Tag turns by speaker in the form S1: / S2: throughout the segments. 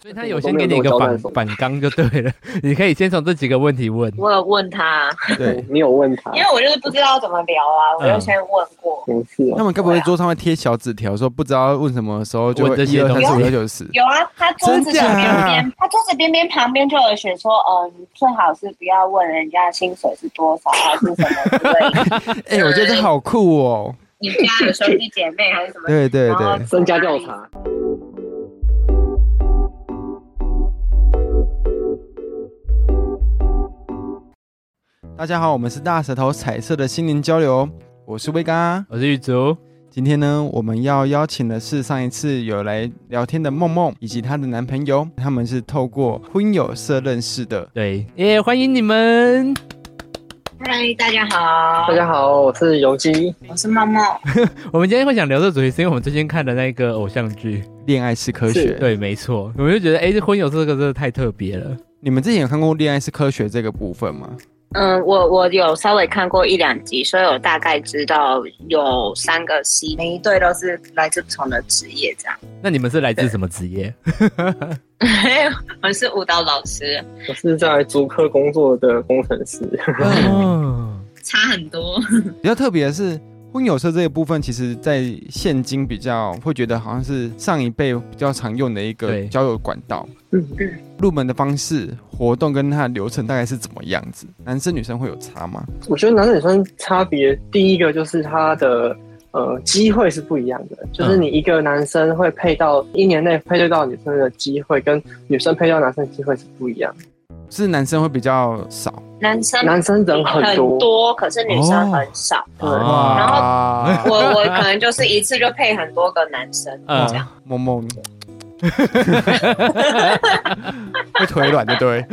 S1: 所以他有先给你一个反反纲就对了， 你可以先从这几个问题问。
S2: 我有问他，
S3: 对，
S4: 嗯你有问他
S2: 因？为我就是不知道怎么聊啊，我
S3: 嗯
S2: 就先问过。
S4: 没事啊
S3: 他，们该不会桌上会贴小纸条，说不知道问什么时候就
S1: 问
S3: 会
S1: 这
S3: 一
S1: 些
S3: 二
S1: 东
S3: 三
S1: 西
S3: 四五六九十？
S2: 有啊，他桌子
S3: 真假
S2: 旁边边，他桌子边边旁边就有写说，嗯、最好是不要问人家薪水是多少还是什么之类的。
S3: 哎、我觉得这好酷哦！
S2: 你家有兄弟姐妹还是什么？
S3: 对对
S2: 然后
S3: 对，
S4: 身家调查。
S3: 大家好，我们是大舌头彩色的心灵交流，我是威嘎。
S1: 我是玉竹，
S3: 今天呢，我们要邀请的是上一次有来聊天的梦梦以及她的男朋友，他们是透过婚友社认识的。
S1: 对，耶，欢迎你们。
S2: 嗨，大家好，
S4: 大家好，我是游击。
S2: 我是梦梦。
S1: 我们今天会想聊这个主题，是因为我们最近看的那个偶像剧。
S3: 恋爱是科学，
S4: 是，
S1: 对，没错，我们就觉得，哎、这婚友这个真的太特别了。
S3: 你们之前有看过恋爱是科学这个部分吗？
S2: 嗯，我我有稍微看过一两集，所以我大概知道有三个 C，每一对都是来自不同的职业 这样。
S1: 那你们是来自什么职业？
S2: 我是舞蹈老师，
S4: 我是在竹科工作的工程师。
S1: 哦，
S2: 差很多。
S3: 比较特别的是，婚友社这个部分，其实在现今比较会觉得好像是上一辈比较常用的一个
S1: 对
S3: 交友管道。
S4: 嗯
S2: 嗯
S3: 入门的方式、活动跟它的流程大概是怎么样子？男生女生会有差吗？
S4: 我觉得男生女生差别，第一个就是他的呃机会是不一样的，就是你一个男生会配到一年内配对到女生的机会，跟女生配到男生的机会是不一样。
S3: 是男生会比较少
S2: 男生
S4: 男生人很多，哦
S2: 可是女生很少。
S4: 对
S1: 啊
S3: 哇
S2: 我我可能就是一次就配很多个男生，
S1: 嗯
S2: 这样
S3: 萌萌会腿软 的，对，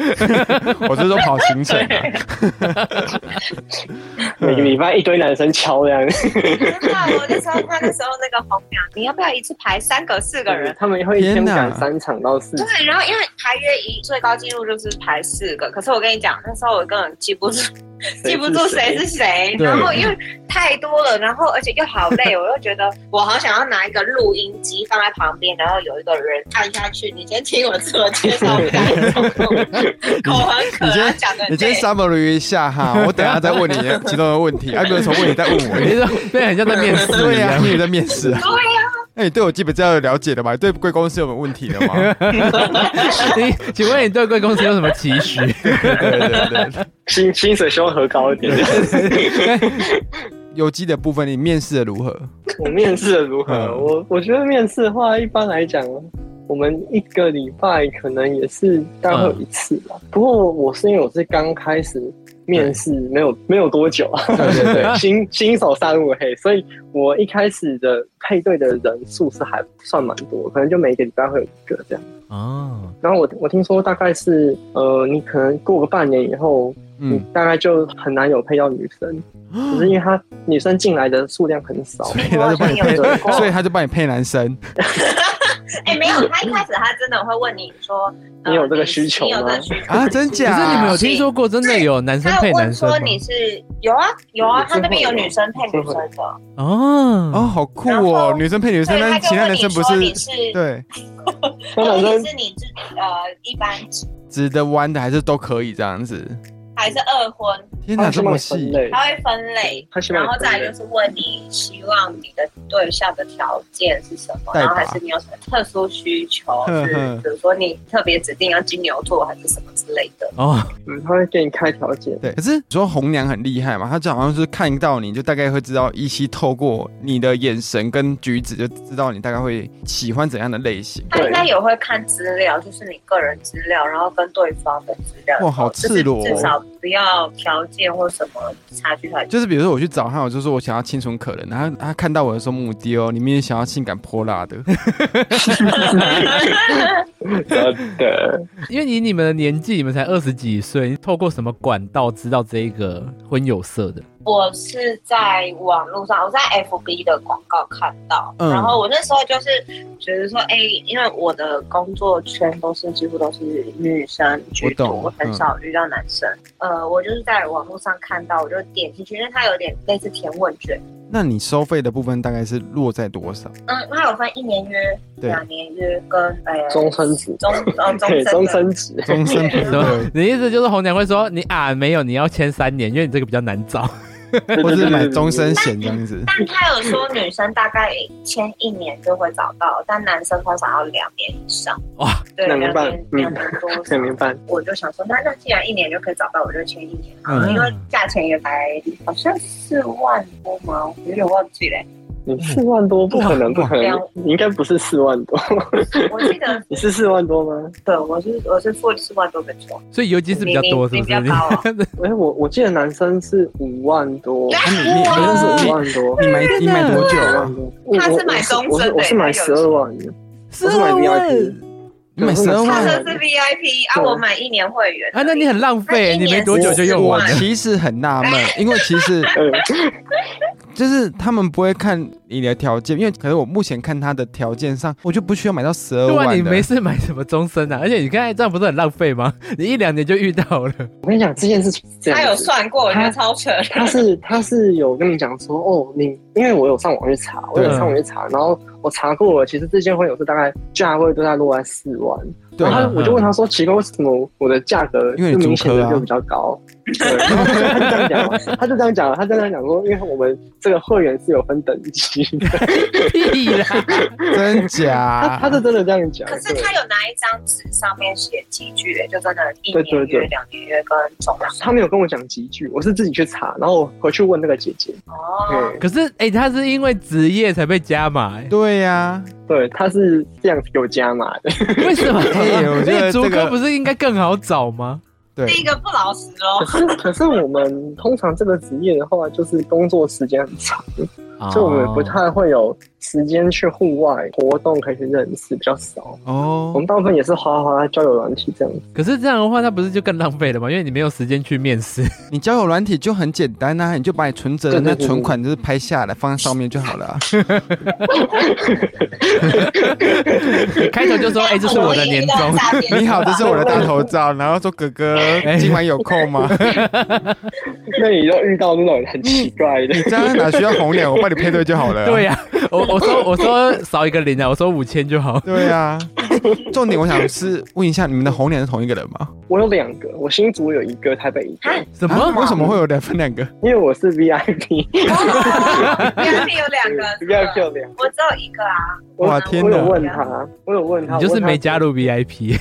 S3: 我是说跑行程啊，
S4: 每个礼拜一堆男生敲这样，
S2: 真的，我那时候他那时候那个红娘，你要不要一次排三个四个人？
S4: 他们会一天
S3: 天哪
S4: 赶三场到四
S2: 对
S4: 场。，
S2: 然后因为排约一最高纪录就是排四个，可是我跟你讲，那时候我根本记不住，记不住谁是谁，
S3: 对
S2: 然后因为太多了，然后而且又好累，我又觉得我好想要拿一个录音机放在旁边，然后有一个人按下去，你先听我自我介绍，我讲 口很渴，然
S3: 你
S2: 后
S3: 先
S2: 讲的
S3: 你先 summary 一下哈，我等一下再问你其中的问题，哎，比如从问你再问 我，
S1: 你说对，很像在面试
S3: 对
S1: 一
S3: 呀、
S1: 样。
S3: 你也在面试啊？
S2: 对呀、
S3: 那你对我基本资料有了解的吗？对贵公司有没有问题的吗？
S1: 你请问你对贵公司有什么期 许？
S3: 对对对 对。
S4: 薪薪水希望合高一点。
S3: 游击的部分，你面试的如何？
S4: 我面试的如何？
S3: 嗯
S4: 我我觉得面试的话，一般来讲，我们一个礼拜可能也是大概会有
S3: 嗯
S4: 一次吧。不过我是因为我是刚开始面试，没有没有多久啊，对对对， 新新手三五黑，所以我一开始的配对的人数是还算蛮多，可能就每个礼拜会有一个这样。
S1: 哦，
S4: 然后我我听说大概是呃，你可能过个半年以后，你
S3: 嗯，
S4: 大概就很难有配到女 生，只是因为她女生进来的数量很少。
S3: 所以他就帮你配， 所以他就帮你配男生。
S2: 哎、没有，他一开始他真的会问你说，呃
S4: 你有这个需求
S2: 你有这
S4: 吗
S2: 个需求
S3: 啊真假
S1: 可
S3: 啊
S1: 是你们有听说过真的有男生
S2: 他
S1: 配
S2: 有问
S1: 男生
S2: 说
S1: 吗？
S2: 你是有啊有啊，
S4: 是
S2: 他那边有
S4: 会有
S2: 女生配女生
S4: 是
S2: 的，
S3: 哦，
S1: 哦，
S3: 好酷
S2: 然
S3: 哦
S2: 后！
S3: 女生配女生，
S2: 对，他
S3: 但是
S2: 就
S3: 其他
S2: 问
S3: 男
S2: 你
S3: 生不
S2: 说
S3: 是
S2: 你是
S3: 对
S4: 那
S2: 到
S4: 男生
S2: 底是你自己呃一般
S3: 直的弯的，还是都可以这样子？
S2: 还是二婚，
S3: 天哪，
S4: 他
S3: 这么细，
S2: 他会哦分类，
S4: 他是
S2: 然后再来就是问你希望你的对象的条件是什么，
S3: 代
S2: 然
S3: 表
S2: 后还是你有什么特殊需求，
S3: 呵
S2: 是
S3: 呵
S2: 比如说你特别指定要金牛座还是什么之类的。
S1: 哦，
S4: 嗯，他会给你开条 件，
S3: 对。可是你说红娘很厉害嘛，她就好像是看到你就大概会知道，依稀透过你的眼神跟举止就知道你大概会喜欢怎样的类型。
S2: 他应该也会看资料，就是你个人资料，然后跟对方的资料。
S3: 哇好赤裸哦
S2: 就是至少不要条件或什么差距太大。
S3: 就是比如说我去找他，我就说我想要清纯可人，然后他看到我的时候母迪哦，你明明想要性感泼辣的， 呃
S4: 真的，
S1: 因为以你们的年纪，你们才二十几岁，你透过什么管道知道这一个婚友社的？
S2: 我是在网络上，我在 FB 的广告看到，
S3: 嗯
S2: 然后我那时候就是觉得说，哎、因为我的工作圈都是几乎都是女生居多，
S3: 我懂嗯
S2: 我很少遇到男生。呃，我就是在网络上看到，我就点进去，因为它有点类似填问卷，
S3: 那你收费的部分大概是落在多少？
S2: 嗯，它有分一年约、
S3: 对
S2: 两年约跟呃
S4: 终身职，
S2: 终 呃终
S4: 对，
S2: 身
S4: 终
S2: 的
S4: 身职，
S3: 终身不
S1: 什么？你的意思就是红娘会说你啊没有，你要签三年，因为你这个比较难找。
S4: 对
S3: 或是
S4: 对对
S3: 买
S4: 对
S3: 终身
S4: 对
S3: 险这样 子？
S2: 但他有说女生大概签一年就会找到，但男生通常要两年以上。
S1: 哇，
S2: 对，
S4: 两
S2: 两
S4: 年半
S2: 年两年 多，
S4: 两年。半，
S2: 我就想说，那那既然一年就可以找到，我就签一年好了，
S1: 嗯
S2: 因为价钱也才好像四万多嘛，我有点忘记嘞。
S4: 你四万多不可能，不可能
S2: 两，
S4: 你应该不是四万多，
S2: 我记 得，
S4: 你是四万多吗？
S2: 对我是我是付四万多没错，
S1: 所以游击是比较多，是
S2: 你
S1: 不
S2: 你你
S1: 是？
S2: 比较高哦
S4: 哎，我我记得男生是五万多，
S3: 啊你你
S4: 好像是五
S3: 你
S4: 万多，
S3: 你买你买多久
S4: 五
S3: 啊？
S4: 万多。我
S2: 他是
S4: 我
S2: 买
S4: 我
S2: 终
S4: 我是
S2: 身的
S4: 我是买
S2: 他
S4: 十
S2: 有
S4: 二万的，
S1: 是
S4: 我是买 VIP
S3: 你买十二
S2: 他
S3: 万
S2: 这是 VIP 啊，
S4: 对
S2: 我买一年会员
S1: 啊，那你很浪费，
S2: 那一
S1: 你
S2: 年
S1: 没多久就用
S3: 我
S1: 完了。
S3: 其实很纳闷，因为其实
S4: 呃，
S3: 就是他们不会看你的条件，因为可能我目前看他的条件上，我就不需要买到十二
S1: 对啊，
S3: 万
S1: 你
S3: 的。
S1: 没事买什么终身啊？而且你刚才这样不是很浪费吗？你一两年就遇到了，
S4: 我跟你讲这件事情是这
S2: 他
S4: 样
S2: 有
S4: 子，
S2: 算过，我觉得超扯的。
S4: 他是他是有跟你讲说，哦，你因为我有上网去查，我有上网去查，然后我查过了，其实这件婚友是大概价位都在落在四万，
S3: 对
S4: 然后
S1: 嗯
S4: 他我就问他说，奇怪，为什么我的价格
S3: 因为
S4: 就
S3: 你
S4: 明
S3: 租客
S4: 显的
S3: 啊
S4: 就比较高？对，然后他就这样讲 嘛，他就这样讲了，他就这样讲说，因为我们这个会员是有分等级的，
S1: 屁啦！
S3: 真 假
S4: 他？他是真的这样讲，
S2: 可是他有拿一张纸，上面写几句耶，就真的一
S4: 对
S2: 年
S4: 对
S2: 约、
S4: 对
S2: 两年约跟总
S4: 对他没有跟我讲几句，我是自己去查，然后我回去问那个姐姐，
S2: 哦。
S4: 对
S1: 可是哎，他是因为职业才被加码，哎
S3: 对呀、
S4: 对，他是这样给我加码的。
S1: 为什么？
S3: 哎我觉得
S1: 哎，
S3: 这
S1: 竹
S3: 个
S1: 哥不是应该更好找吗？
S3: 对，
S2: 第一个不老实
S4: 可
S2: 哦，
S4: 是，可是我们通常这个职业的话，就是工作时间很长，所以我们不太会有时间去户外活动可以去认识，比较少。我
S3: 哦
S4: 们，大部分也是花花交友软体这样子。
S1: 可是这样的话，他不是就更浪费了吗？因为你没有时间去面 试。
S3: 你交友软体就很简单啊，你就把你存折的那
S4: 对对对
S3: 存款就是拍下来放在上面就好了啊、
S1: 你开头就说：“哎，这是我的 年终。
S2: 终
S3: 你好，这是我的大头照，然 后说哥哥今晚有空 吗？
S4: 那你就遇到那种很奇怪的
S3: 你，这样哪需要红脸，我帮你配对就好了、”啊
S1: 对、呀，我我说我说少一个零啊，我说五千就好。
S3: 对呀、重点我想是问一下，你们的红脸是同一个人吗？
S4: 我有两个，我新组有一个，台北一个，
S1: 什
S3: 啊
S1: 么？
S3: 为什么会有两分两个？
S4: 因为我是 VIP，VIP
S2: ，VIP 有 两个是吧，
S4: 有两个。
S2: 我只有一个啊。
S4: 我
S3: 哇天
S4: 我
S3: 哪
S4: 有问他，我有问他，
S1: 你就是
S4: 我问他
S1: 没加入 VIP，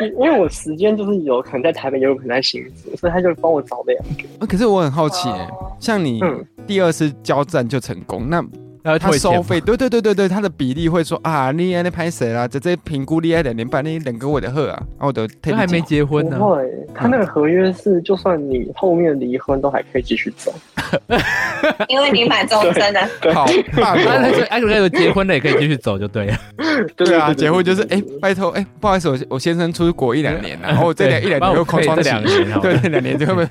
S4: 因为我时间就是有可能在台北，也有可能在新竹，所以他就帮我找两个。
S3: 啊可是我很好奇、欸
S2: 哦，
S3: 像你
S4: 嗯
S3: 第二次交战就成功，那
S1: 然后
S3: 他
S1: 退
S3: 收
S1: 钱。
S3: 费，对对对对对，他的比例会说啊，你爱那拍谁啦？这这评估你爱两年半，你两个月的喝啊，啊我的退
S1: 都还没结婚
S4: 不
S1: 呢，
S4: 会，他那个合约是，就算你后面离婚，都还可以继续走。
S2: 因为你买终身的，
S3: 好棒
S1: 啊，那
S3: 哦、
S1: 就哎，如果结婚了也可以继续走就对了。
S3: 对啊，结婚就是哎、拜托哎、不好意思，我我先生出国一两年啦，然后我这两一
S1: 对
S3: 两
S1: 帮
S3: 年
S1: 我
S3: 又空窗
S1: 配这，
S3: 期
S1: 两年好了
S3: 对，这两年就会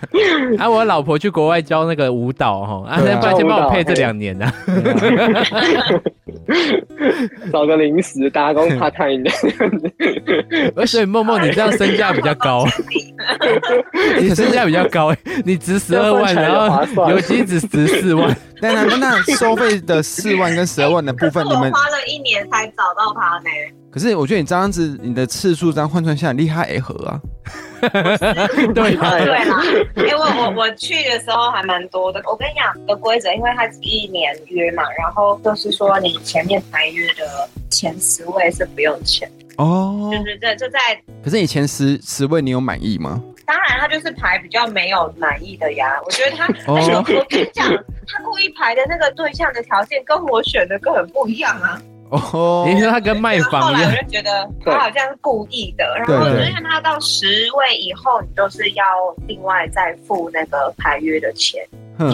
S1: 啊，我老婆去国外教那个舞蹈哈，啊，
S3: 对
S1: 那
S3: 啊
S1: 不然先帮
S4: 教舞
S1: 我
S4: 蹈
S1: 配这两年啊。
S4: 找个临时打工怕太 难。
S1: 而所以梦梦，你这样身价比较高，你身价比较高，欸你值十二万，
S4: 这
S1: 然
S4: 样算起来也划
S1: 后
S4: 算
S1: 有机值值四万，
S3: 但 那那收费的四万跟十二万的部
S2: 可
S3: 分，你
S2: 是
S3: 们
S2: 我花了一年才找到他 呢。
S3: 可是我觉得你这样子，你的次数这样换算下来，厉害哎合啊，
S1: 对
S3: 哎
S1: 啊，
S2: 对啦，因为我我去的时候还蛮多的。我跟你讲的规则，因为它是一年约嘛，然后就是说你前面排约的前十位是不用钱，
S3: 哦
S2: 就，是这就在
S3: 可是你前十十位你有满意吗？
S2: 当然，他就是排比较没有满意的呀。我觉得他，
S3: 哦
S2: 而且我我跟你讲，他故意排的那个对象的条件跟我选的根本不一样啊。
S3: 哦
S1: 你，说他跟卖
S2: 后
S1: 房一
S2: 来
S1: 样
S2: 我，就觉得他好像是故意的，然
S3: 对
S2: 后我就
S3: 对
S2: 看他到十位以后，你就是要另外再付那个排约的钱、
S3: 哼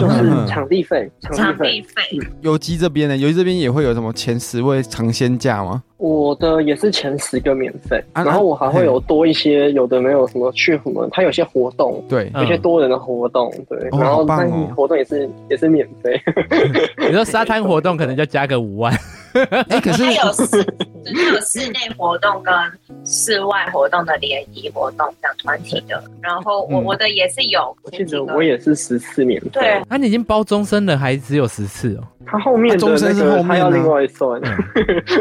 S4: 就
S3: 哼
S4: 是
S3: 哼
S4: 场地费，场
S2: 场
S4: 地
S2: 地
S4: 费。
S2: 费。
S3: 游击这边呢，游击这边也会有什么前十位尝鲜价吗？
S4: 我的也是前十个免费，
S3: 啊
S4: 然后我还会有多一些，有的没有什么去什么，他有些活动，
S3: 对，
S1: 嗯
S4: 有些多人的活动，对，
S3: 哦
S4: 然
S3: 好
S4: 后
S3: 棒
S4: 但
S3: 哦
S4: 活动也是也是免费，
S1: 你说沙滩活动可能就加个五万，
S3: 哎、可是
S2: 他有十就是有室内活动跟室外活动的联谊活动，这样团体的。然后我、
S3: 嗯
S2: 我的也是有，
S4: 我记得我也是十四年，
S2: 对，
S1: 啊，你已经包终身了，还只有十次哦。
S4: 他后面的
S3: 啊终身
S4: 那
S3: 是后
S4: 个
S3: 面啊
S4: 他要另外算，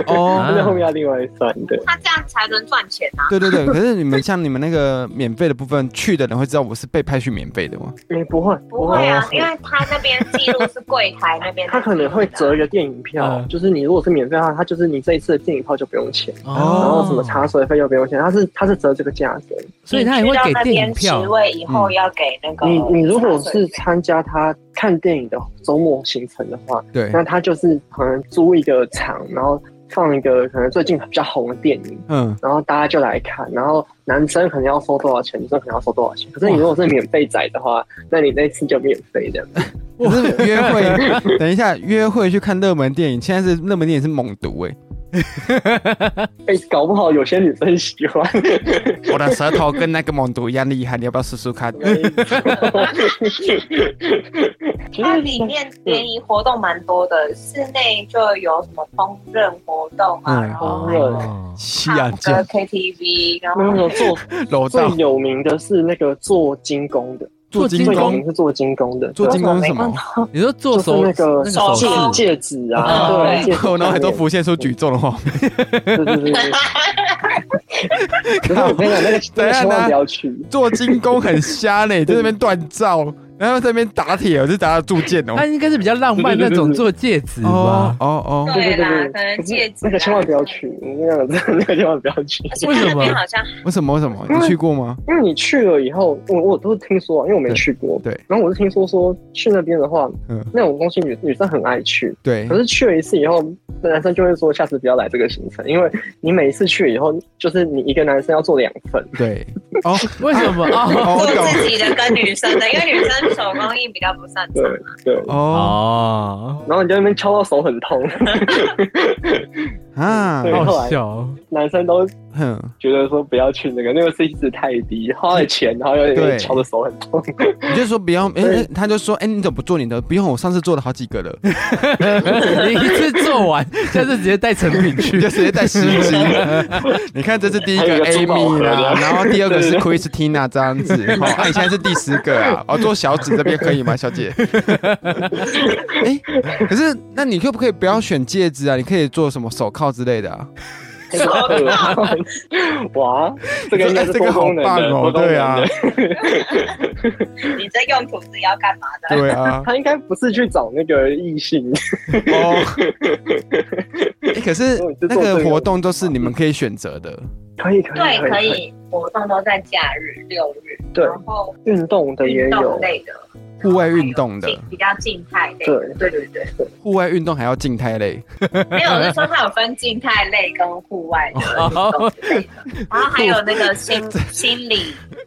S3: 哦，
S4: 他在后面要另外算对。
S2: 他这样才能赚钱啊。
S3: 对对对，可是你们像你们那个免费的部分，去的人会知道我是被派去免费的吗？
S4: 哎，不会，
S2: 不会啊，
S4: 不
S2: 因为他那边记录是柜台那边的记录的，
S4: 他可能会折一个电影票
S1: 嗯，
S4: 就是你如果是免费的话，他就是你这一次的电影票就不用钱，然
S3: 哦
S4: 后什么茶水费又不用钱，他是他是折这个价格。
S1: 所以他也会给电影票
S2: 十位以后要给那个
S4: 嗯你你如果是
S2: 茶哦水
S4: 参加他看电影的周末行程的话，
S3: 对，
S4: 那他就是可能租一个场，然后放一个可能最近比较红的电影，
S3: 嗯，
S4: 然后大家就来看，然后男生可能要收多少钱，女生可能要收多少钱。可是你如果是免费仔的话，那你那次就免费 这样。
S3: 可 是约会，等一下约会去看热门电影，现在是热门电影是猛毒哎、
S4: 哎、搞不好有些女生喜欢。
S3: 我的舌头跟那个猛毒一样厉害，你要不要试试看？
S4: 其
S2: 它
S4: 实
S2: 里面联谊活动蛮多的，室内就有什么烹饪活动啊，
S3: 嗯
S2: 然后还有
S1: 哦，
S3: 西亚
S2: 唱歌
S3: 剑
S2: KTV，然
S4: 没有没
S2: 后
S4: 有做
S3: 啊楼
S4: 最
S3: 道
S4: 有名的是那个做精工的，
S3: 做
S1: 精
S3: 精
S4: 最有
S3: 工
S4: 名，是做精工的，啊
S3: 做精工是什
S2: 没
S3: 么
S2: 办？
S1: 你说做
S4: 就是
S1: 手
S4: 那个
S1: 手
S2: 饰
S4: 戒
S1: 势，
S4: 戒指啊，
S1: 哦
S4: 对，戒指
S3: 我脑海都浮现出举重的画面。
S4: 对对对对。可是我跟你讲，那个那
S3: 等一
S4: 个
S3: 下
S4: 千万
S3: 呢
S4: 不要去。
S3: 做精工很瞎嘞，在那边锻造，然后在那边打铁，我就打到铸剑哦
S1: 他。应该是比较浪漫那种做戒指
S3: 哦
S1: 吧？
S3: 哦哦，
S4: 对
S2: 对
S4: 对
S2: 啦
S4: 对，
S2: 可能
S4: 可是
S2: 戒指啊
S4: 那个千万不要去，那个真的那个千万不要去
S2: 而，且它那
S1: 为什
S2: 边
S1: 么
S2: 好像
S3: 为什么为什么？
S4: 因为
S3: 你去过吗？
S4: 因为你去了以后，我我都是听说啊，因为我没去过。
S3: 对对
S4: 然后我是听说说去那边的话，
S3: 嗯
S4: 那种东西女女生很爱去，
S3: 对
S4: 可，是去了一次以后，男生就会说下次不要来这个行程，因为你每一次去以后，就是你一个男生要做两份。
S3: 对，哦
S1: 为什么啊？
S3: 哦，
S2: 做
S3: 我 懂
S2: 自己的跟女生的，因为女生手工艺比较不擅
S4: 对
S2: 长。
S4: 对。
S3: 哦
S1: 哦，
S4: 然后你在那边敲到手很痛，
S3: 啊，
S4: 对后
S1: 好
S4: 来
S1: 笑哦。
S4: 男生都
S3: 哼，
S4: 觉得说不要去那个，那个是一直太低，花了钱，然后又
S3: 对
S4: 敲的手很痛。
S3: 你就说不要，哎、
S4: 哦对
S3: 哎他就说，哎、你怎么不做你的？不用，我上次做了好几 个了，
S1: 你一次做完，下次直接带成品
S3: 你
S1: 去
S3: 就。直接带十斤。 你看，这是第一
S4: 还
S3: 个
S4: 有一个珠宝
S3: Amy
S4: 盒
S3: 啦，
S4: 的
S3: 然后第 二个是
S4: 对
S3: Christina 这样子，好，哎、你现在是第十个啊，哦，做小指这边可以吗，小 姐？哎、可是那你可不可以不要选戒指啊？你可以做什么手铐之类的啊？
S4: 哇，这个应该是
S3: 哦这个
S4: 多
S3: 好
S4: 功能
S3: 棒
S4: 的，
S3: 哦
S4: 多功能
S3: 对啊
S4: 的
S2: 你这用途是要干嘛的？
S3: 对 啊，
S4: 他应该不是去找那个异性，
S3: 哦，哎可是
S4: 哦你是
S3: 那
S4: 做这
S3: 个
S4: 个
S3: 活动都是你们可以选择的，
S4: 可以可以
S2: 对，可
S4: 可以，
S2: 以，活动都在假日、六日，
S4: 对
S2: 然后
S4: 运动的也
S2: 运
S4: 有
S2: 动，类的，
S3: 户外运动的
S2: 还有静比较静态类的，对对对。
S3: 户外运动还要静态类。
S2: 没有，我是说它有分静态类跟户外的运
S3: 哦
S2: 动之类的，然后还有那个心心 理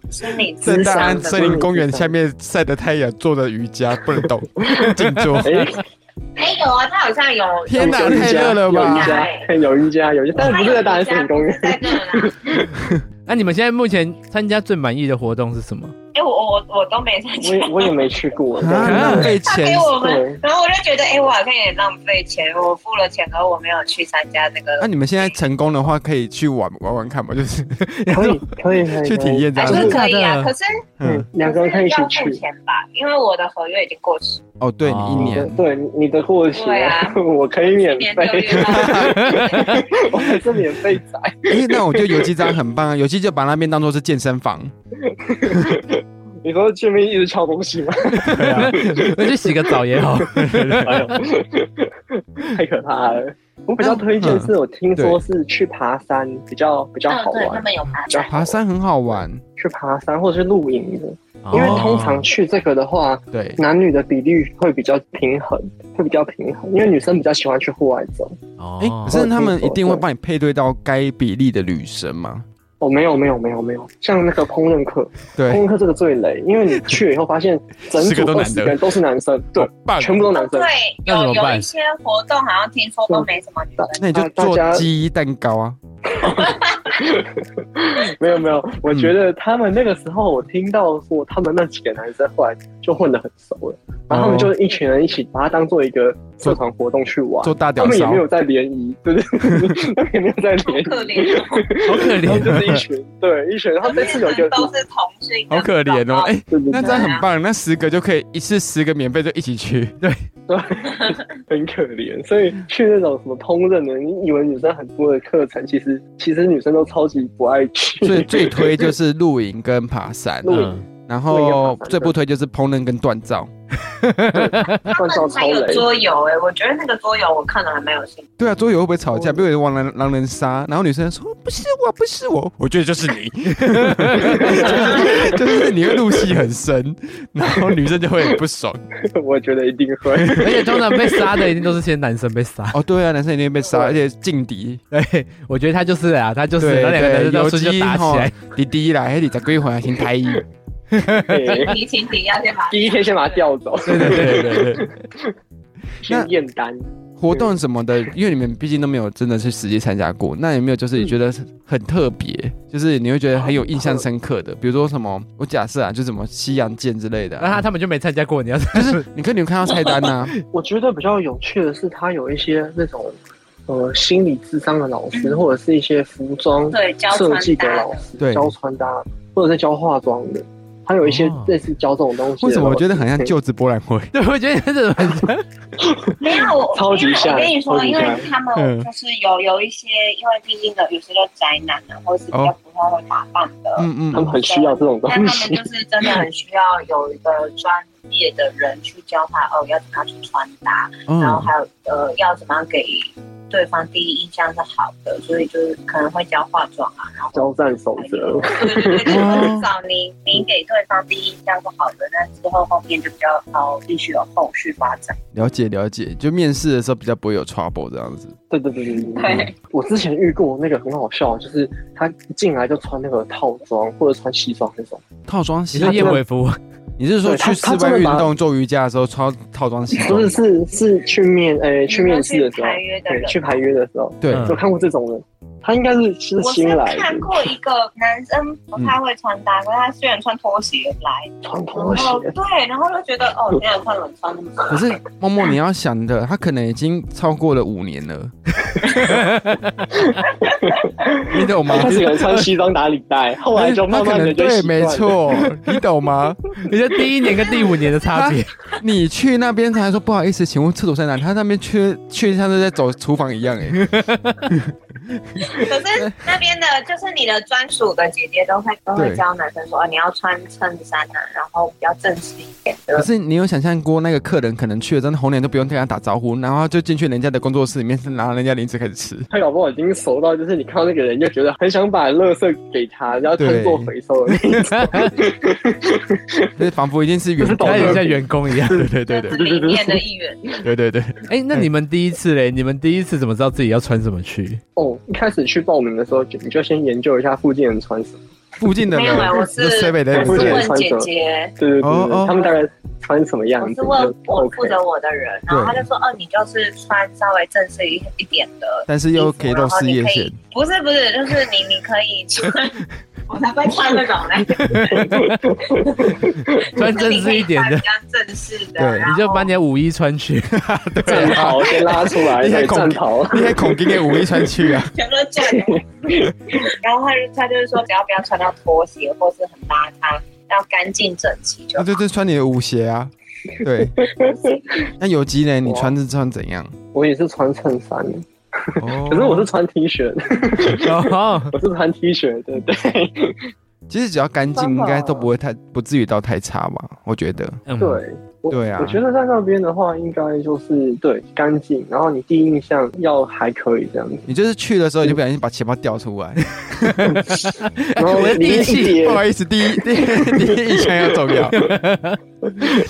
S2: 心理
S3: 在
S2: 智
S3: 大
S2: 商
S3: 安
S2: 的
S3: 森
S2: 部
S3: 林
S2: 分。
S3: 公园下面晒着太阳做的瑜伽，不能 动，静坐。
S4: 哎，
S2: 哎，有啊，它好像有。
S3: 天哪
S4: 有瑜
S3: 太热
S4: 伽，
S3: 了
S4: 有
S3: 吧
S4: 瑜伽，有瑜伽，有瑜伽，但是不是在大安森林公园。
S2: 它有瑜伽不是在那啦。
S1: 那你们现在目前参加最满意的活动是什么？
S2: 哎，我我我我都没参
S4: 我
S2: 加。
S4: 也我也没去过，对
S3: 啊，浪费
S2: 他
S3: 钱
S2: 给我
S4: 对
S2: 们，然后我就觉得，哎，我好像有点浪费钱，我付了钱，可是我没有去参加那
S3: 那
S2: 个。
S3: 你们现在成功的话，可以去玩玩玩看嘛，就是
S4: 可以可以可以
S3: 去体，验这
S2: 还
S3: 样
S1: 真的
S2: 是可以
S3: 子。
S1: 假的
S2: 啊，可是
S3: 嗯
S4: 嗯，，两个人可以一起
S2: 可是要付
S4: 去。
S2: 钱吧，因为我的合约已经过期。
S3: 哦，对你
S4: 对
S3: 一年，
S4: 对，你的过期
S2: 对啊，
S4: 我可以免
S2: 今年六
S4: 费，
S2: 月到。
S4: 我还是免费仔。
S3: 哎，那我觉得 游击章很棒啊，游击就把那边当做是健身房。
S4: 你说见面一直敲东西吗？
S3: 啊
S1: 那去洗个澡也好。
S4: 哎呦， 太可怕了！我比较推荐是我听说是去爬山比较比较
S2: 嗯
S4: 好，
S2: 对，他
S4: 玩，
S2: 们有爬
S4: 较
S2: 山。
S3: 爬山很好玩，
S4: 去爬山或者是露营的，因为
S1: 哦
S4: 通常去这个的话，
S2: 哦
S3: 对，
S4: 男女的比率会比较平衡，会比较平衡，因为女生比较喜欢去户外走。
S3: 哎，
S1: 哦
S3: 可，是他们一定会帮你配对到该比例的女神嘛？
S4: 哦，没有没有没有没有，像那个烹饪课，烹
S3: 对，
S4: 饪课这个最雷，因为你去了以后发现整
S3: 十个
S4: 组
S3: 都
S4: 二
S3: 男
S4: 十
S3: 的
S4: 个人都是男生，对
S3: 好，棒
S4: 全部都男生。嗯
S2: 对，
S1: 那怎么
S2: 有有
S1: 办
S2: 一些活动好像听说都没什么女生。
S3: 那你就
S4: 大大
S3: 做
S4: 家
S3: 鸡蛋糕啊，
S4: 没有没有，我觉得他们那个时候，我听到说他们那几个男生后来就混得很熟了，然后他们就是一群人一起把它当做一个社团活动去玩，
S3: 做大
S4: 他
S3: 屌
S4: 们也
S3: 骚
S4: 没，有在联谊，对不对？他们也没有在
S2: 好
S4: 联谊，
S2: 可怜哦，
S1: 好可
S4: 然后
S1: 怜
S4: 就
S1: 哦，
S4: 是一群，对一群， 然后这次有一
S2: 变成
S4: 个，
S2: 都是同性，
S1: 好可怜哦。哎、
S4: 对对
S3: 那
S4: 对
S3: 真的很棒，那十个就可以一次十个免费就一起 去，
S4: 很可怜，所以去那种什么烹饪的，你以为女生很多的课程，其实其实女生都超级不爱去，
S3: 所以最推就是露营跟爬山，
S4: 露
S1: 嗯
S4: 营，
S3: 然
S4: 露营
S3: 后
S4: 跟爬山
S3: 最不推就是烹饪跟锻造。
S2: 他
S4: 换到
S2: 们还
S4: 超
S2: 有
S4: 雷。
S2: 桌游哎、我觉得那个桌游我看了还蛮有兴趣。
S3: 对啊，桌游会不会吵架？被人玩狼狼人杀，然后女生说不是我，不是我，我觉得 就是你，就是就是你会入戏很深， 然后女生就会很不爽。
S4: 我觉得一定会。
S1: 而且通常被杀的一定都是些男生被杀。
S3: 哦，对啊，男生一定会被杀，而且劲敌，
S1: 对，我觉得他就是啊，他就是
S3: 对
S1: 那两个男
S3: 对，
S1: 生到
S3: 游
S1: 瞬间
S3: 击
S1: 就打起来，，
S3: 滴滴啦，还得再归还先拍一，
S4: 对
S2: 提请你要先把
S4: 第一天先把它调走，
S1: 对对对对对，
S4: 先验单。
S3: 活动什么的，因为你们毕竟都没有真的去实际参加过，那有没有就是你觉得很特别，就是你会觉得很有印象深刻的，比如说什么，我假设啊，就什么西洋剑之类的
S1: 那
S3: 啊、
S1: 他他们就没参加过，你要 是
S3: 就是你可能有看到菜单啊呐、
S4: 我觉得比较有趣的是，它有一些那种呃心理智商的老师，或者是一些服装
S2: 对交
S4: 设计
S2: 穿
S4: 的
S2: 搭
S4: 老，师，
S3: 对
S4: 教穿搭，或者是教化妆的，还有一些
S1: 哦
S4: 类似教这种东西。
S3: 为什么我觉得很像？就职博览会？
S1: 对，我觉得这种很像
S2: 没有我
S4: 超级
S2: 因为我
S4: 像
S2: 跟你
S4: 超
S2: 说，
S4: 级
S2: 因
S4: 像
S2: 为他
S1: 嗯
S2: 们就是有有一些，因为毕竟的有些都宅男啊，或者是比较
S3: 哦
S2: 不太会打扮的，
S3: 嗯
S4: 他们
S3: 嗯，
S4: 很需要这种东
S2: 但他
S4: 西
S2: 们，就是真的很需要有一个专业的人去教他哦，要怎么样去穿搭，然后
S3: 嗯，
S2: 还有呃，要怎么样给对方第一印象是好的，所以就是可能会教化妆啊，然后
S4: 交战守则。
S2: 对对对，
S3: 哦
S2: 就是至少你你给对方第一印象是好的，那之后后面就比较哦，必须有后续发展。
S3: 了解了解，就面试的时候比较不会有 trouble 这样子。
S4: 对对对对
S2: 对
S4: 对。我之前遇过那个很好笑，就是他一进来就穿那个套装或者穿西装那种。
S3: 套装
S1: 你
S3: 鞋
S1: 是，燕尾服，
S3: 你是说
S4: 对
S3: 去
S4: 他
S3: 室
S4: 他真
S3: 外
S4: 的
S3: 运
S4: 把
S3: 动做瑜伽的时候穿套装西
S4: 不
S3: 装
S4: 是？是是去面诶、去面试的时候
S2: 排，约的
S4: 对，
S2: 人
S4: 去排约的时候，
S3: 对，
S1: 嗯
S4: 有看过这种人，他应该是是
S2: 我是
S4: 新来
S2: 看
S4: 的，
S2: 过一个男生不太会穿搭，可是他虽然穿拖鞋来，
S4: 穿
S2: 然
S4: 拖鞋，
S2: 后对，然后就觉得哦，这样穿怎么穿那么
S3: 可是默默你要想的，他可能已经超过了五年了，你懂吗
S4: 他？开始可能穿西装打领 带，后来就慢
S3: 他可
S4: 慢的
S3: 能
S4: 就
S3: 对，
S4: 习惯
S3: 没
S4: 了，
S3: 错，你懂吗？
S1: 你这第一年跟第五年的差 别，
S3: 你去那边才说不好意思，请问厕所在哪？他那边缺去像是在走厨房一样哎、
S2: 可是那边的，就是你的专属的姐姐都会都会
S3: 对
S2: 教男生说，哦你要穿衬衫啊，然后比较正式一点
S3: 可
S2: 的。
S3: 是你有想象过那个客人可能去了，真的红脸都不用跟他打招呼，然后就进去人家的工作室里面拿人家零食开始吃。
S4: 他搞不好已经熟到，就是你看到那个人就觉得很想把垃圾给他，然后当做回收的那 种。
S3: 就是仿佛已经是员
S4: 就是
S3: 工
S1: 他
S4: 懂得
S1: 也
S3: 了。
S1: 像员工一样。对对对
S2: 这是里面的一员，
S3: 对对对，
S1: 哎、那你们第一次嘞？你们第一次怎么知道自己要穿什么去？
S4: 哦，一开始去报名的时候，就你就先研究一下附近人穿什么，
S3: 附近的
S2: 没有啊
S3: 人，
S2: 我是
S3: 就随北的
S2: 我
S3: 人
S2: 是
S4: 不是
S2: 问姐姐，
S4: 对对对
S3: 哦
S4: 对
S3: 哦
S4: 对，他们大概穿什么
S2: 我
S4: 样子
S2: 是
S4: 就
S2: 问我
S4: OK
S2: 负。责我的人，然后他就说，哦，你就是穿稍微正式一一点的，
S3: 但是又可以露事业线。
S2: 不是不是，就是你你可以穿， 我才不会穿那种嘞，
S1: 穿正式一点
S2: 就
S1: 的，
S2: 是你可以穿比较正式的，
S3: 对
S2: 然
S1: 你
S2: 后
S1: 就把你的五一穿去。
S4: 战袍先拉出来，
S3: 你还
S4: 对，
S3: 恐
S4: 战袍。
S3: 你还孔给给五一穿去 啊？
S2: 全都转了。然后他就他就是说，只要不要穿到拖鞋或是很邋遢，要干净整齐就
S3: 那
S2: 好。
S3: 啊就就穿你的舞鞋啊。 对，那有机呢？你穿是穿怎样？
S4: 我也是穿衬衫，
S3: 哦
S4: 可是我是穿 T 恤，
S1: 哦，
S4: 我是穿 T 恤的，对
S3: 嗯其实只要干净，
S4: 穿吧
S3: 应该都不 会太不至于到太差吧？我觉得。
S1: 嗯，
S4: 对。我
S3: 对啊
S4: 我觉得在那边的话，应该就是对干净，然后你第一印象要还可以这样子，
S3: 你就是去的时候，你就不小心把钱包掉出来，
S4: 然后
S1: 我的
S4: 里面
S1: 第一
S4: 一
S1: 印
S4: 叠
S3: 不好意思，第一第一第一印象要重要。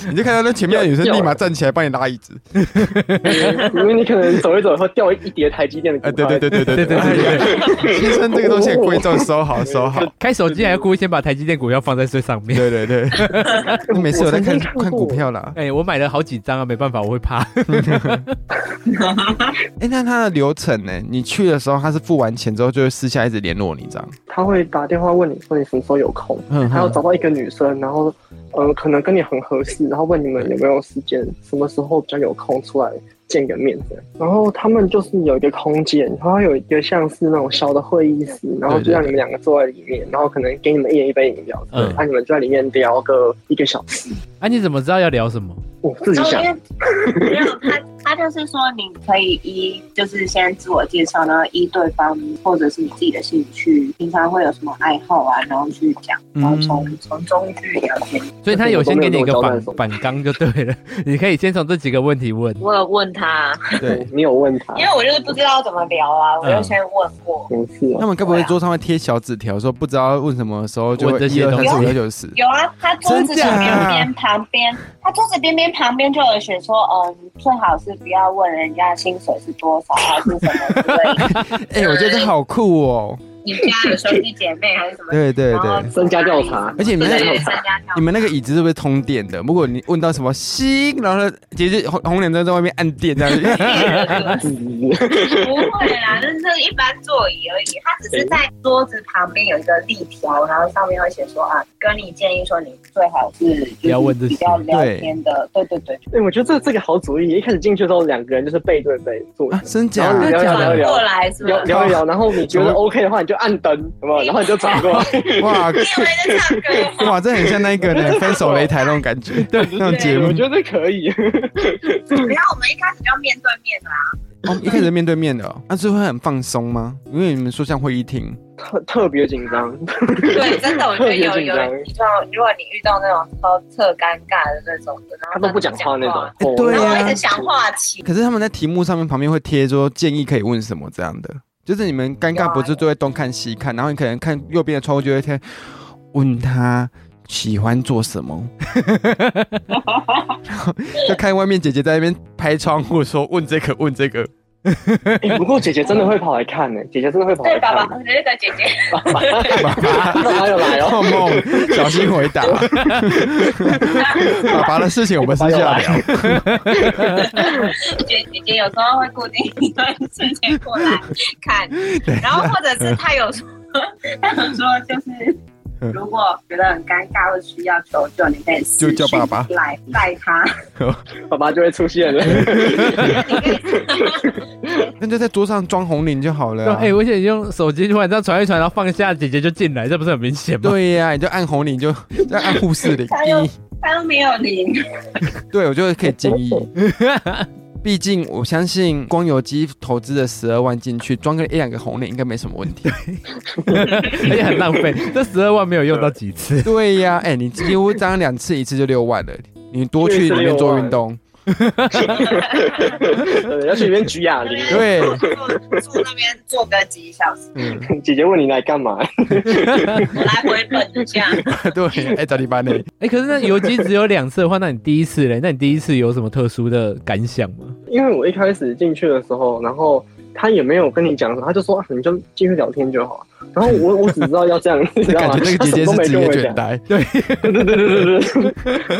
S3: 你就看到那前面的女生立马站起来帮你拉椅子，
S4: 因为你可能走一走以后掉一叠台积 电的
S3: 哎，
S4: 股
S3: 对
S4: 票，
S3: 对对对
S1: 对
S3: 对
S1: 对对对对，
S3: 先生这个东西很贵重，收好收好。
S1: 开手机还故意先把台积电股票放在最上面。
S3: 对对对，你每次有在看
S4: 我曾经看
S3: 看
S4: 过
S3: 股票啦，啦。
S1: 哎、我买了好几张啊，没办法，我会怕。
S3: 哎、那他的流程呢？你去的时候，他是付完钱之后就会私下一直联络你这样。
S4: 他会打电话问你说你什么时候有空，
S3: 嗯
S4: 他要找到一个女生，然后呃可能跟你很合适，然后问你们有没有时间，什么时候比较有空出来见个面这样。然后他们就是有一个空间，然后有一个像是那种小的会议室，然后就让你们两个坐在里面，然后可能给你们一人一杯饮料，
S1: 嗯
S4: 嗯，那、你们就在里面聊个一个小时。
S1: 啊，你怎么知道要聊什么？
S4: 我自己
S2: 然后
S4: 想，
S2: 哦因为 没有他，他就是说你可以依就是先自我介绍，然后依对方或者是你自己的兴趣，平常会有什么爱好啊，然后去讲，然后从、
S3: 嗯
S2: 从中去聊天。
S1: 所以他有先给你一个
S4: 我都没
S1: 反
S4: 有跟
S1: 反纲
S4: 我交代什么
S1: 就对了， 你可以先从这几个问题问。
S2: 我有问他，
S3: 对，
S4: 你有问他
S2: 因，为我就是不知道怎么聊啊，我就先问过。
S4: 没事
S3: 他
S4: 啊，
S3: 们该不会桌上会贴小纸条，说不知道问什么时候就
S1: 问
S3: 会
S1: 这
S3: 一
S1: 些
S3: 二
S1: 东
S3: 三
S2: 西
S3: 四五六九十？
S2: 有啊，他桌子
S3: 真假
S2: 的边边旁边，他桌子边边旁边就有写说，嗯，最好是不要问人家薪水是多少，还是什么之类的。
S3: 哎、我觉得这好酷哦！
S2: 你家有兄弟姐妹还是什么？
S3: 对对
S2: 然后
S3: 对，
S4: 身家调查
S3: 而且你们
S2: 对
S3: 那
S2: 对身家调查
S3: 你们那个椅子是不是通电的？如果你问到什么星，然后姐姐红红脸灯在外面按电这样子，
S2: 不会啦，就是一般座椅而已。它只是在桌子旁边有一个立条，然后上面会写说啊，跟你建议说你最好是
S1: 不要问
S2: 就
S1: 这
S2: 是
S1: 些
S2: 比较聊天的，对对对。
S4: 哎、我觉得这这个好主意。一开始进去的时候，两个人就是背对背坐着
S3: 啊，真假
S4: 然后？你聊一聊聊一
S2: 转
S4: 聊
S2: 过，来是
S4: 聊
S2: 吧？
S4: 聊一聊，然后你觉得
S3: 怎么
S4: OK 的话，你就按灯，有没有？然后你就转过来，
S3: 哇
S2: 你以为在唱歌吗？
S3: 哇，这很像那个呢，分手擂台那种感觉，对，那种 节目
S4: 我。觉得可以。
S2: 没有，我们一开始就面对面啊啦。
S3: 哦，一开始面对面的、哦，那、是会很放松吗？因为你们说像会议厅，
S4: 特特别紧张，
S2: 对，真的，我觉得有
S4: 特别紧
S2: 有
S4: 张
S2: 你说，如果你遇到那种超特尴尬的那种的，然后
S4: 他都不讲话那种。
S2: 话，
S4: 哦
S3: 对
S2: 然
S3: 啊
S2: 后一直想话题，
S3: 可是他们在题目上面旁边会贴说建议可以问什么这样的，就是你们尴
S2: 有
S3: 尬
S2: 啊
S3: 不是就会东看西看，然后你可能看右边的窗户就会贴问他喜欢做什么， 然后就看外面姐姐在那边拍窗户说问这个问这个，
S4: 哎不过姐姐真的会跑来看呢、姐姐真的会跑
S2: 对
S4: 来
S2: 爸
S4: 看、
S2: 爸，那个姐姐，
S3: 爸 爸
S4: 爸爸又来哦，
S3: 做梦，小心回答。爸爸的事情我们私下聊。
S2: 姐姐姐有时候会固定一段时间过来 看，然后或者是她有说，她有说就是。如果觉得很尴尬或需要求救，你可以私
S3: 嗯就叫爸爸
S2: 讯来带他。
S4: 爸爸就会出现 了。
S2: 你可以
S3: 那就在桌上装红领就好了、啊。
S1: 哎、我想用手机突然这样传一传，然后放下，姐姐就进来，这不是很明显吗？
S3: 对呀、你就按红领就再按护士领。
S2: 他又他又没有零，
S3: 对，我觉得可以建议。 毕竟我相信光有机投资的十二万进去，装个一两个红领应该没什么问题。
S1: 而且很浪费，这十二万没有用到几次。
S3: 对呀、哎、你几乎张两次，一次就六万了。你多去里面做运 动，
S4: 对，要去里面举哑铃。
S3: 对
S2: 坐坐那边坐个几小时，
S3: 嗯，
S4: 姐姐问你来干嘛？
S2: 我来回本一 下。
S3: 对，哎、找 你班呢？
S1: 哎、可是那游击只有两次的话，那你第一次嘞？那你第一次有什么特殊的感想吗？
S4: 因为我一开始进去的时候，然后他也没有跟你讲什么，他就说、啊、你就进去聊天就好。然后我我只知道要这 样，你知
S3: 这
S4: 道
S3: 感
S4: 吗？
S3: 觉那个姐姐
S4: 他什么都
S3: 是
S4: 没跟我
S3: 职业倦
S4: 讲。
S3: 怠。
S4: 对 对对对对对。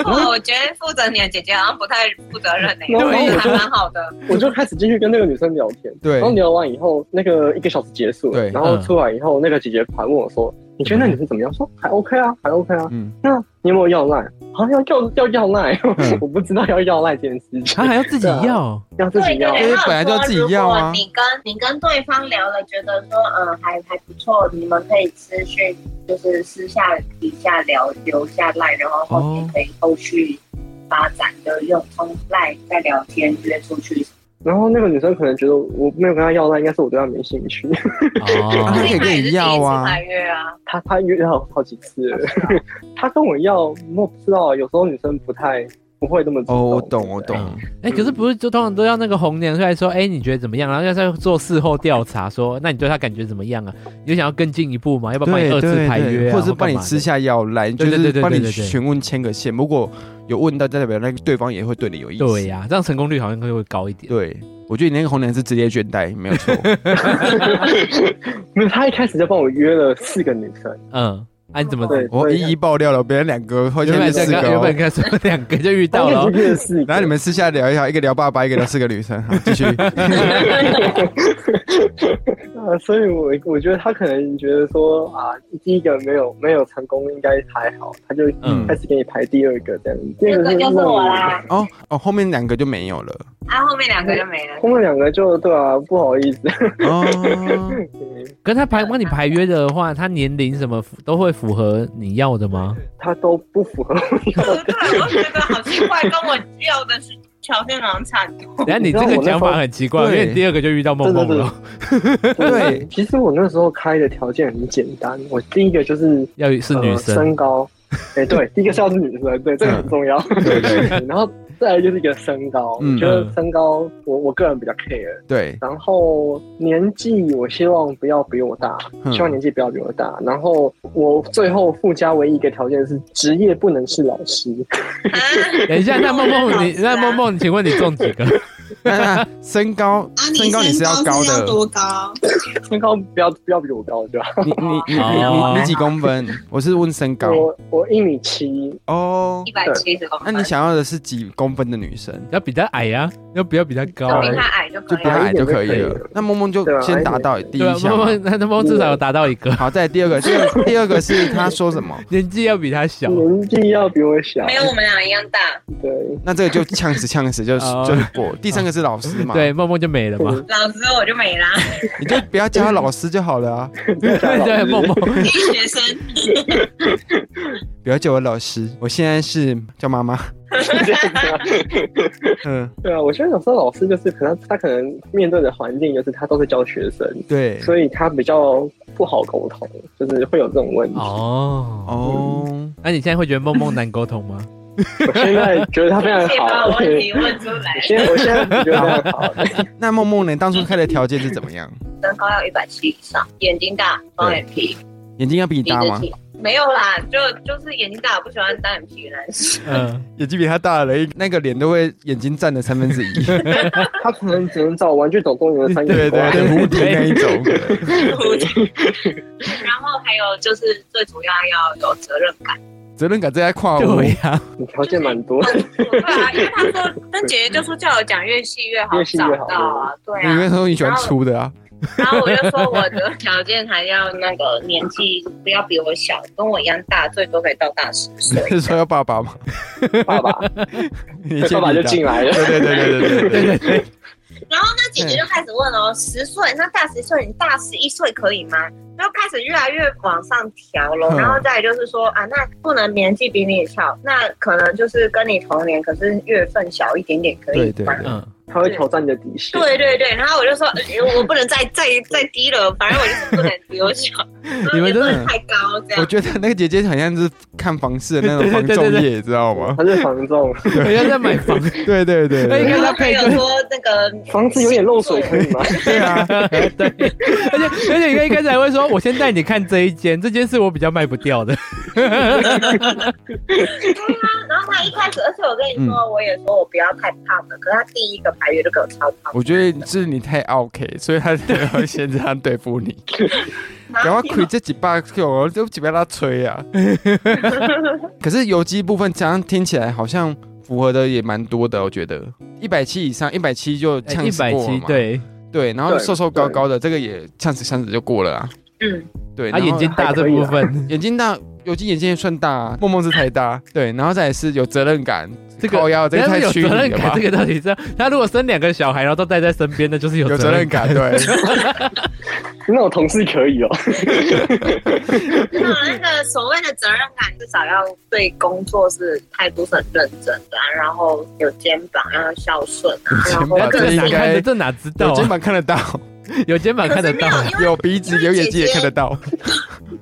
S2: 哦，我觉得负责你的姐姐好像不太负责任呢、欸，
S4: 对
S2: 我觉得还蛮好的。
S4: 我就开始进去跟那个女生聊天，
S3: 对
S4: 然后聊完以后，那个一个小时结束了，
S3: 对
S4: 然后出来以后，那个姐姐还问我说：“你觉得那女生怎么样？”我说：“还 OK 啊，还 OK 啊。
S3: 嗯，
S4: 那你有没有要赖？好、啊，要要要要赖，
S3: 嗯
S4: 我不知道要要赖这件事情，
S1: 他还要自己要，
S4: 要自己要。
S3: 对因为本来就要自己要啊
S2: 如果你跟你跟对方聊了，觉得说嗯还还不错，你们可以私讯，就是私下底下聊留下赖，然后后面可以后续发展的用通赖再聊天约出去。
S4: 然后那个女生可能觉得我没有跟她要赖，应该是我对她没兴趣。
S3: 啊
S1: 哦
S3: 可以跟你要啊
S2: 他也是第一次来约 啊，
S4: 她她约好好几次了， 她跟我要，我不知道，有时候女生不太不会那么主动
S3: 哦，我懂，我
S4: 对不对
S3: 懂。
S1: 哎、可是不是就通常都要那个红娘出来说，哎、你觉得怎么样？然后要再做事后调查说，那你对他感觉怎么样啊？有想要更进一步吗？要不要帮你
S3: 对
S1: 二次
S3: 对
S1: 排约、
S3: 对，
S1: 啊，
S3: 或者是帮你
S1: 干嘛的
S3: 私？下要来，就
S1: 对对对
S3: 是
S1: 对对
S3: 帮你
S1: 对对
S3: 询问牵个线。如果有问到，代表那个对方也会对你有意思。
S1: 对呀、这样成功率好像会高一点。
S3: 对，我觉得你那个红娘是职业倦怠，没有错。
S4: 没有，她一开始就帮我约了四个女生，
S1: 嗯，啊，你怎么？
S4: 对，
S3: 我
S4: 所以
S3: 一一爆料了，别人两个，后
S1: 原本刚
S3: 天变四
S1: 刚
S3: 个
S1: 原
S3: 哦
S1: 本。刚说两个就遇到了 哦，
S4: 认 识
S3: 然后你们私下聊一下，一个聊爸爸，一个聊四个女生，好， 继续。
S4: 啊，所以我我觉得他可能觉得说啊，第一个没有没有成功应该还好，他就
S1: 嗯
S4: 开始给你排第二个这样。第
S2: 这
S4: 二
S2: 个就是
S4: 让
S2: 我
S4: 你
S2: 啦，
S3: 哦哦，后面两个就没有了。
S2: 啊，后面两个就没了。
S4: 他们两个就对啊，不好意思，
S3: 哦，
S2: 嗯
S1: 可是他排帮你排约的话，他年龄什么符都会符合你要的 吗？
S4: 他都不符合。
S2: 对，我觉得好奇怪，跟我要的是条件好像
S3: 啊
S2: 差很多。
S1: 等下你这个讲法很奇怪，因
S3: 对
S1: 为你第二个就遇到梦梦
S4: 对对
S1: 了，
S3: 对
S4: 其实我那时候开的条件很简单，我第一个就是
S1: 要是女
S4: 呃、
S1: 生，
S4: 身 高，哎、对，第一个是要是女生，对，这个很重要。
S3: 嗯对对
S4: 然后再来就是一个身高，
S3: 嗯
S4: 我觉得身高我我个人比较 care。
S3: 对，
S4: 然后年纪我希望不要比我大，
S3: 嗯
S4: 希望年纪不要比我大。然后我最后附加唯一一个条件是职业不能是老师，
S2: 啊
S1: 等一下，那梦 梦你
S2: 我也是啊
S1: 那梦梦，请问你中几个？
S3: 那那身高身高你是要高的，
S2: 高？
S4: 身高不要不要比我高，对吧？
S3: 你你你你
S1: 哦
S3: 你你几公分？我是问身高
S4: 我我一米七，
S3: 哦
S2: 一。百七十公
S3: 那
S2: 分。
S3: 你想要的是几公分的女生？
S1: 要比他矮呀，要不要比他高
S2: 就
S1: 啊？
S2: 比他矮就可以
S3: 就比她
S2: 了。
S3: 矮就可以
S4: 对
S3: 了。那萌萌就
S4: 对啊
S3: 先达到第
S1: 对啊
S3: 一，项
S1: 梦
S3: 嘛。
S1: 梦那那梦梦至少有达到一个，
S3: 好，再来第二个，第二第二个是他说什么？
S1: 年纪要比他小。
S4: 年纪要比我小
S2: 没，有我们俩一样大，
S4: 对。
S3: 那这个就呛死呛死，就是
S1: 哦
S3: 就是过。第三个是老师嘛，
S1: 对，，梦梦就没了嘛。
S2: 老师我就 没啦。
S3: 你就不要叫他老师就好了啊，
S1: 对，梦 梦
S2: 医学生，
S3: 不要叫我老师，我现在是叫妈妈。嗯，
S4: 对啊，我觉得有时候老师就是可能他可能面对的环境就是他都是教学生，
S3: 对，
S4: 所以他比较不好沟通，就是会有这种问题。
S1: 哦，
S3: 哦，
S1: 那你现在会觉得梦梦难沟通吗？
S4: 我现在觉得他非常
S2: 可以把
S4: 好，
S2: 我问题
S4: 我
S2: 问出来。
S4: 现 在我现在觉得他很好，
S3: 那梦梦呢？当初开的条件是怎么样？
S2: 身高要一百七以上，眼睛大，双眼皮，
S3: 眼睛要比你
S2: 鼻
S3: 大
S2: 子
S3: 吗？
S2: 挺。没有啦，就就是眼睛大，我不喜欢单眼皮的男生。
S1: 嗯，
S3: 眼睛比他大了，那个脸都会眼睛占了三分之一。
S4: 他可能只能找《玩具总动员》的三眼怪。
S3: 蝴蝶那一种。
S2: 然后还有就是最主要要有责任 感。
S3: 责任感这在跨我。
S1: 对呀，
S4: 你条件蛮 多，
S2: 对啊，因为他说，但姐姐就说叫我讲越细越好
S4: 越细
S2: 找
S4: 越好嗯
S2: 到啊，对
S3: 你那
S2: 啊。
S3: 时候你喜欢粗的啊？
S2: 然后我就说我的条件还要那个年纪不要比我小，跟我一样大，最多可以到大十
S3: 你
S2: 岁。
S3: 是 说要爸爸吗？
S4: 爸爸，
S3: 你
S4: 爸爸就进
S3: 了。
S4: 来了。
S3: 对对对对对对对。
S2: 然后那姐姐就开始问哦，十岁，那大十岁，你大十一岁可以吗？然后开始越来越往上调咯，
S3: 嗯
S2: 然后再来就是说啊，那不能年纪比你小，那可能就是跟你同年，可是月份小一点点可以
S3: 对对
S2: 吗？
S3: 对
S1: 嗯，
S4: 他会挑战你的底线。
S2: 对对对，然后我就说，呃我不能再 再再低了，反正我就是不能比我小，
S1: 你们真的
S2: 也不能太高这
S3: 我
S2: 样。
S3: 觉得那个姐姐好像是看房市的那
S1: 对
S3: 种
S1: 对
S3: 房
S1: 对
S3: 仲
S1: 对对
S3: 业，知道吗？
S4: 他是房仲，
S1: 人家在买房，
S3: 对对对
S1: 哎
S3: 对
S1: 看他
S2: 然后还
S1: 配
S2: 有
S1: 对，
S2: 说那个
S4: 房子有点漏水，可以 吗？
S3: 对啊！
S1: 对，而且而且你一开始还会说，我先带你看这一间，这间是我比较卖不掉的。
S2: 对啊，然后他一开始，而且我跟你说，我也说我不要太胖了，可是他第一个排月就给我超胖，
S3: 我觉得是你太 OK，所以他才要先这样对 付你。
S2: 然
S3: 赶
S2: 后
S3: 快亏这几把我就几把他 吹啊！可是游击部分，这样听起来好像符合的也蛮多的，我觉得一百七以上，一百七就呛
S1: 哎一
S3: 死过
S1: 百
S3: 了
S1: 七，
S3: 嘛
S1: 对，
S3: 对，然后
S4: 对
S3: 瘦瘦高高的这个也呛死呛死就过了啊。
S2: 嗯，
S3: 对，
S1: 他
S3: 然后
S1: 啊眼睛大这部分，
S3: 眼睛大，游击眼睛也算大、啊，梦梦是太大，对，然后再来是有责任感，
S1: 这个
S3: 靠腰这个
S1: 人家
S3: 太
S1: 是有
S3: 虚拟
S1: 责任
S3: 了
S1: 感，
S3: 吧
S1: 这？个到底是他如果生两个小孩，然后都带在身边，那就是
S3: 有
S1: 有
S3: 责任
S1: 感。
S3: 感，对，
S4: 那种同事可以哦。
S2: 那那个所谓的责任感，至少要对工作是态度是很认真的啊、然后有肩膀，然后孝顺啊，然后
S3: 有肩膀
S1: 这
S2: 个
S1: 个
S2: 性
S1: 哪
S3: 应该
S1: 看得这哪知道
S3: 有肩
S1: 啊？
S3: 膀看得到，
S1: 有肩膀看得到啊，
S2: 可是没有因 为
S3: 有鼻子有眼睛也看得到，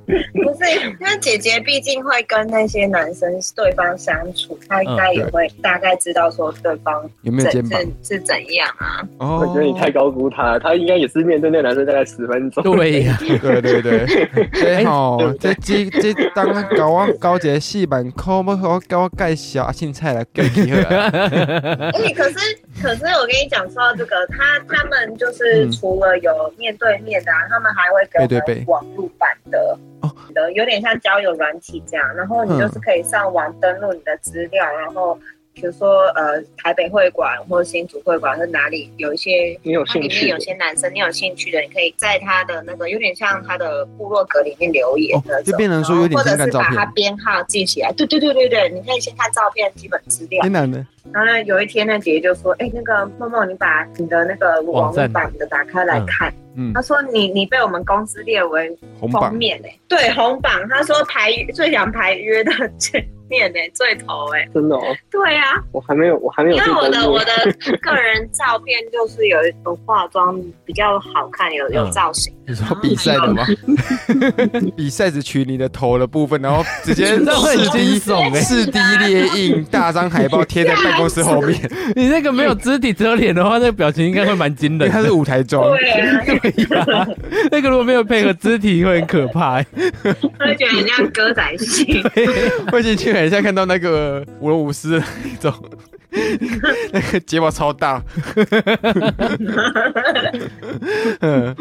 S2: 不是，因为姐姐毕竟会跟那些男生对方相处，她应该也会大概知道说对方
S3: 嗯有没有肩
S2: 怎
S3: 膀？
S2: 是是怎样啊。
S3: 哦，
S4: 我觉得你太高估他，他应该也是面对那个男生大概十分钟。
S1: 对哎呀，
S3: 对对对，对吼，哎这这这当搞我搞一个四万块，要给我给我介绍啊，凊彩来叫起好 啊。
S2: 哎、可是可是我跟你讲说到这个，他他们就是
S3: 嗯
S2: 除了有面对面的、啊，他们还会给
S3: 背对
S2: 我
S3: 背
S2: 们网络版的
S3: 哦嗯
S2: 的呃，有点像交友软体这样，然后你就是可以上网登录你的资料，然后比如说呃台北会馆或新竹会馆或哪里有一些
S4: 你有
S2: 它
S4: 兴
S2: 里面
S4: 趣
S2: 有？些男哦生你有兴趣的，你可以在他的那个有点像他的部落格里面留言的、
S3: 哦就变成说有点
S2: 或者
S3: 像看
S2: 是
S3: 照
S2: 把
S3: 片
S2: 他编号记起来。对对对对对，你可以先看照片、基本资料
S3: 天。哪呢？
S2: 然后呢，有一天呢，姐姐就说：“哎、那个梦梦，你把你的那个网
S1: 网站
S2: 络版的打开来看。
S3: 嗯
S2: 她，说你：“你被我们公司列为
S3: 红
S2: 封
S3: 榜
S2: 面哎、对红榜。”她说排最想排约的前面哎、最头哎、
S4: 真的哦，
S2: 对呀、
S4: 我还没有，我还没有
S2: 因
S4: 去
S2: 为我
S4: 登
S2: 的
S4: 录
S2: 我。的个人照片就是有一种化妆比较好看，有有
S1: 嗯
S2: 造型。
S1: 你
S3: 要
S1: 说
S3: 比赛的 吗？比赛只取你的头的部分，然后直接
S1: 这样会很
S3: 四 D
S1: 惊悚欸
S3: 四 D 列印，大张海报贴在办公室后面，
S1: 你那个没有肢体只有脸的话，那个表情应该会蛮惊
S3: 因为
S1: 人
S3: 它是
S1: 的。
S3: 舞台妆。
S2: 对啊，
S1: 那个如果没有配合肢体，会很可怕、欸。
S2: 会觉得很像歌仔戏。
S3: 我进去很像看到那个舞龙舞狮的那 种，那个睫毛超大。 嗯，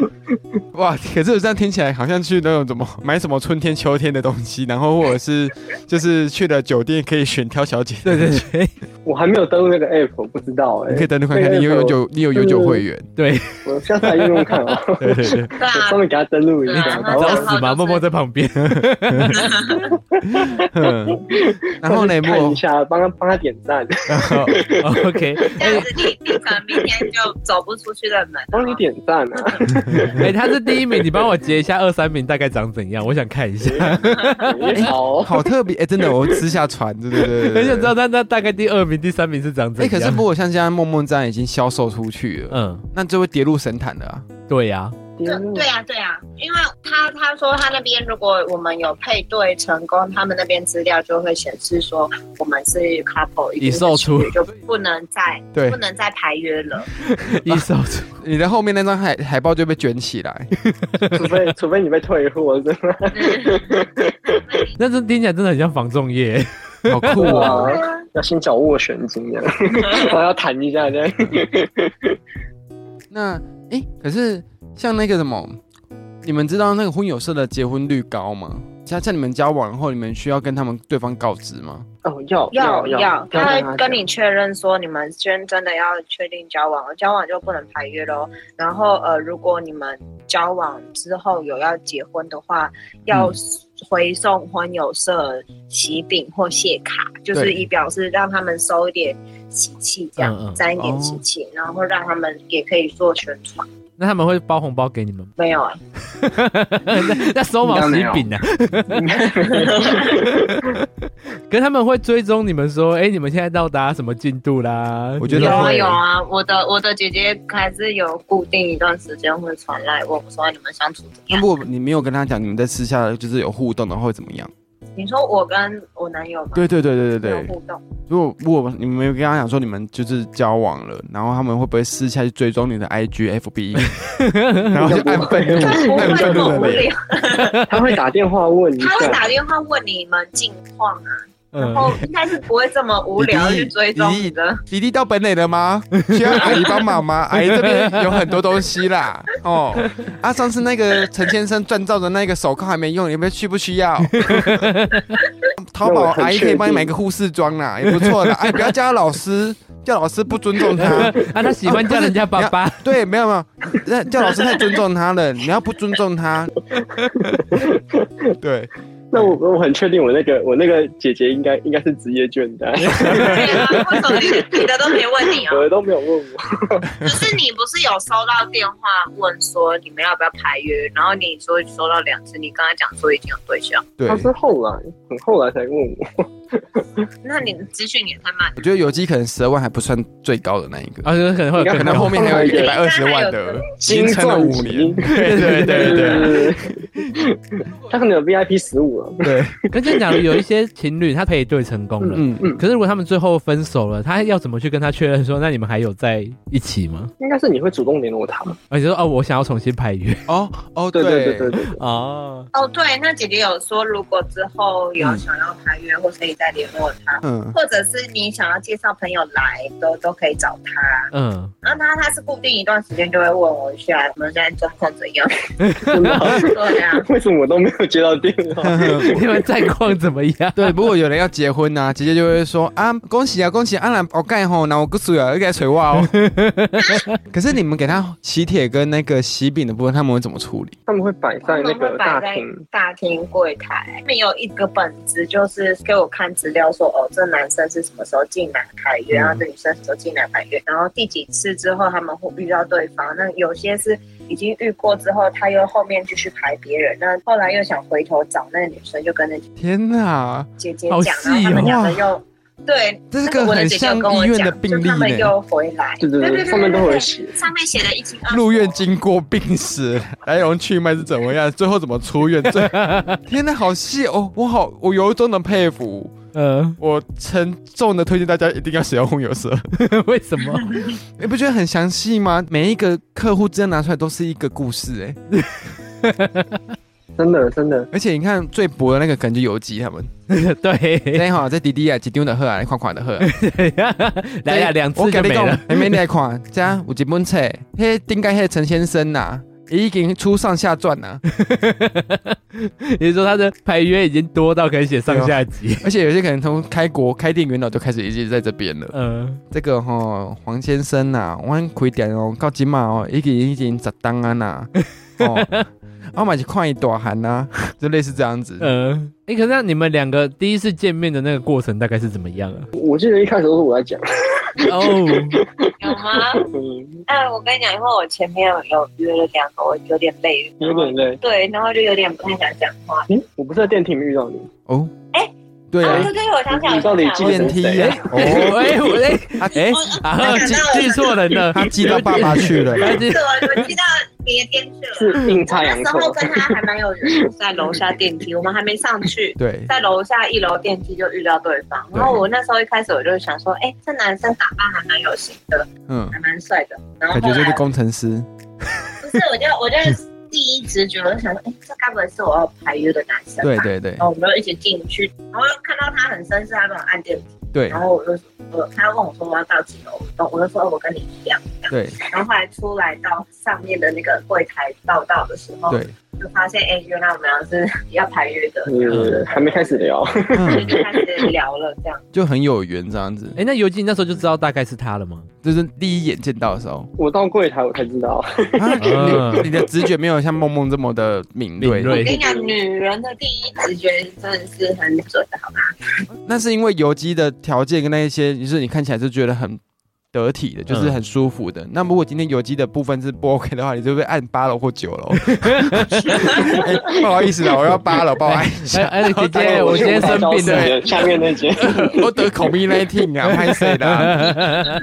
S3: 哇！可是我这样听起来好像去那种怎么买什么春天、秋天的东西，然后或者是就是去了酒店可以选挑小姐。
S1: 对对对
S4: 我还没有登录那个 app，我不知道哎、
S3: 你可以等等看看，你有有酒，你有有酒会员。
S1: 对，
S4: 我下次来用用看哦。
S3: 对对对，
S2: 对啊
S4: 稍，微给他登录一
S2: 对
S4: 下，
S2: 啊
S4: 然后
S1: 找死吧，默默在旁边。
S3: 嗯。然 后呢，
S4: 看
S3: 莫
S4: 一下，帮他帮他点赞，
S1: Oh, OK，
S2: 这样子你你可能明天就走不出去的门。
S4: 帮你点赞 啊！
S1: 哎、他是第一名，你帮我截一下二三名大概长怎样？我想看一下，
S4: 你好，哦
S3: 好特别哎，真的，我私下传，对对对，对
S1: 很想知道。他那大概第二名、第三名是长怎
S3: 哎，
S1: 样。
S3: 可是如果像现在梦梦这样已经销售出去了，
S1: 嗯，
S3: 那就会跌入神坛了啊。
S1: 对呀、
S4: 嗯
S2: 对对啊，对啊，因为他他说他那边如果我们有配对成功，他们那边资料就会显示说我们是 couple，已经是
S1: 售出
S2: 情侣就不能再
S3: 对
S2: 不能再排约了。
S1: 一手出
S3: 你的后面那张海海报就被卷起来，
S4: 除非除非你被退货，真的。
S1: 那这听起来真的很像防仲业。
S3: 好酷
S4: 对
S3: 哦！
S4: 啊，要先掌握旋金这样， 然后要弹一下这样。
S3: 那哎、诶可是像那个什么，你们知道那个婚友社的结婚率高吗？像像你们交往后，你们需要跟他们对方告知吗？
S4: 哦，要
S2: 要
S4: 要，跟
S2: 他会
S4: 他
S2: 跟你确认说你们先真的要确定交往了，交往就不能排约喽。然后呃，如果你们交往之后有要结婚的话，要回送婚友社喜饼或谢卡，就是
S3: 对
S2: 以表示让他们收一点喜气，这样
S1: 嗯嗯
S2: 沾一点喜气，然后让他们也可以做宣传。
S1: 那他们会包红包给你们吗？
S2: 没有啊，
S1: 那那收毛喜饼呢、啊？ 可是他们会追踪你们说，哎、你们现在到达什么进度啦？
S3: 我觉得
S2: 有啊
S3: 会
S2: 有啊，我的我的姐姐还是有固定一段时间会传来问我说你们相处怎样
S3: 那。如果你没有跟他讲，你们在私下就是有互动的话会怎么样？
S2: 你说我跟我男友吗？
S3: 对对对对对
S2: 有
S3: 对。
S2: 互动。
S3: 如果如果你们没有跟他讲说你们就是交往了，然后他们会不会私下去追踪你的 IG、FB，然后就按愤怒
S2: 不会
S3: 按愤
S2: 嗯那
S3: 怒
S2: 么无
S3: 的脸？
S2: 聊，
S4: 他会打电话问一
S2: 他会
S4: 下，
S2: 打电话问你们近况啊，然
S1: 嗯，
S2: 后应该是不会这么无聊去追踪你的。
S3: 弟弟到本垒 了吗？需要阿姨帮忙吗？阿姨这边有很多东西啦。哦，啊，上次那个陈先生锻造的那个手铐还没用，你们需不需 要？淘
S4: 那
S3: 宝
S4: 我很
S3: 阿姨
S4: 确
S3: 可以帮你
S4: 定
S3: 买个护士装啦，也不错的。哎，不要叫他老师，叫老师不尊 重他。
S1: 啊，他喜欢叫人家爸 爸，
S3: 对，没有没有，那叫老师太尊重他了，你要不尊 重他。对，
S4: 那我我很确定，我那个我那个姐姐应该应该是职业倦怠，
S2: 对啊为什么你你的都没问你啊？
S4: 我都没有问我。
S2: 可是你不是有收到电话问说你们要不要排约，然后你说收到两次，你跟他讲说已经有对象，
S3: 对，
S4: 她是后来很后来才问我，
S2: 那你资讯也太慢。
S3: 我觉得有机可能十二万还不算最高的那一个。
S1: 啊，就是可能会有
S3: 哦可
S1: 更
S3: 能
S1: 高
S3: 后面还有一百二十万
S2: 应该还
S3: 的
S2: 有，
S3: 已经撑了
S4: 钻
S3: 五
S4: 石
S3: 年。 对对对对
S4: 对 他可能有 VIP 十五了，
S3: 对，
S1: 可是假如有一些情侣他配对成功了，
S3: 嗯嗯，
S1: 可是如果他们最后分手了，他要怎么去跟他确认说，那你们还有在一起吗？
S4: 应该是你会主动联络他。
S1: 而且说哦，我想要重新排约
S3: 哦哦，
S4: 对对
S3: 对
S4: 对对对，
S1: 哦，
S2: 嗯哦，对，那姐姐有说如果之后有想要排约或是已再联络他，
S3: 嗯，
S2: 或者是你想要介绍朋友来，都都可以找他。
S1: 嗯，
S2: 然后他他是固定一段时间就会问我一下，我们现在状况怎样？
S4: 真的 啊
S2: 对啊，
S4: 为什么我都没有接到电 话？
S1: 你们战况怎么 样？
S3: 对，如果有人要结婚呐、姐姐就会说啊，恭喜啊，恭喜啊！啊，我盖吼，那我个主要该捶我哦。可是你们给他喜帖跟那个喜饼的部分，他们会怎么处理？
S4: 他们会摆在那个
S2: 摆
S4: 大
S2: 在
S4: 厅，
S2: 大厅柜台，没有一个本子，就是给我看资料说，哦，这男生是什么时候进南凯约，然后这女生什么时候进南凯约，然后第几次之后他们会遇到对方。那有些是已经遇过之后，他又后面继续排别人，那后来又想回头找那个女生，就跟那
S3: 天哪，
S2: 姐姐
S1: 好
S2: 讲，
S1: 细
S2: 然后他们
S1: 哦
S2: 两个又。对，
S3: 这是
S2: 那个
S3: 个
S2: 我的
S3: 很
S2: 姐姐有
S3: 像
S2: 跟我
S3: 医院
S2: 讲
S3: 的病
S2: 就他
S3: 例
S2: 们
S3: 呢
S2: 又回来，
S4: 对对对，上面都会写。
S2: 上面写的一清二楚。
S3: 入院经过、病史、 来龙去脉是怎么样，最后怎么出院？最天哪，好细哦！我好，我由衷的佩服，
S1: 呃，
S3: 我沉重的推荐大家一定要使用红油色。
S1: 为什么？
S3: 你不觉得很详细吗？每一个客户真的拿出来都是一个故事哎、
S4: 真的真的，
S3: 而且你看最薄的那个可能就游记 他们，
S1: 对，
S3: 这好这弟弟啊，一张的喝啊，款款的喝。
S1: 来呀，两
S3: 我
S1: 次就
S3: 跟你
S1: 没
S3: 讲
S1: 了。，
S3: 妹妹你来看，这样有一本册，迄顶盖迄陈先生呐、已经出上下传啊呐、
S1: 你是说他的牌约已经多到可以写上下 集？
S3: 而且有些可能从开国开店元老就开始一直在这边了。
S1: 嗯，
S3: 这个吼、黄先生呐、我们开店哦，到今嘛哦，已经已经十档 啊呐，哦，我嘛是看伊大汉呐、就类似这样 子。
S1: 嗯，哎、可是那你们两个第一次见面的那个过程大概是怎么样 啊？
S4: 我记得一开始都是我在 讲，
S1: 哦，
S2: 有吗？
S4: 嗯，
S2: 哎，我跟你讲，因为我前面有约了两个，我有点累，
S4: 有点累。
S2: 对，然后就有点不太想讲话。
S4: 嗯，我不是在电梯里面遇到你，
S1: 嗯
S3: 哦，
S2: 哎
S3: 对
S2: 啊，
S3: 啊，
S2: 对对，我想想，
S4: 你到底
S2: 我
S4: 几
S2: 想
S4: 点
S3: 电梯呀、
S1: 我
S3: 哦，
S1: 哎我 哎哎，啊，记记错人了，
S3: 他寄到爸爸去 了。
S1: 他记
S2: 对，我记到别店去了。
S4: 是阴差
S2: 那
S4: 阳
S2: 时
S4: 错。
S2: 候跟他还蛮有缘，在楼下电梯，我们还没上 去。
S3: 对，
S2: 在楼下一楼电梯就遇到对方，然后我那时候一开始我就想说，哎、这男生打扮还蛮有型的，
S3: 嗯，
S2: 还蛮帅的。然后后
S3: 感觉就是
S2: 来
S3: 工程师。
S2: 不是，我就我就第一直觉我就想说，哎、这该不会是我要排约的男生吧？
S3: 对对对
S2: 然后我们就一起进去，然后又看到他很绅士，他跟我按电梯，
S3: 对
S2: 然后我就我他问我说我要到几楼，我我就说哦我跟你一样，
S3: 对
S2: 然后后来出来到上面的那个柜台报到的时候，
S3: 对，
S2: 就发现哎、原来我们俩是要排约 的，
S4: 嗯，还没开始 聊，
S2: 所以
S3: 嗯，
S2: 就开始聊了这样。
S3: 就很有缘这样子
S1: 哎、。那尤金那时候就知道大概是他了吗？
S3: 就是第一眼见到的时候，
S4: 我到柜台我才知道，
S3: 啊
S1: 嗯
S3: 你你的直觉没有像梦梦这么的敏锐哦
S1: 敏。
S2: 我
S1: 锐
S2: 跟你讲，女人的第一直觉真的是很准的，好吗？
S3: 那是因为游击的条件跟那一些，就是你看起来是觉得很得体的，
S1: 嗯
S3: 就是很舒服的。那如果今天游击的部分是不 OK 的话，你就会按八楼或九 楼。哎不好意思啦，我要八楼，帮我按一
S1: 哎、哎
S3: 下。
S1: 哎，姐 姐，我今天生病 了。
S4: 了，下面那间。
S3: 我得 COVID-19 啊，拍谁啦？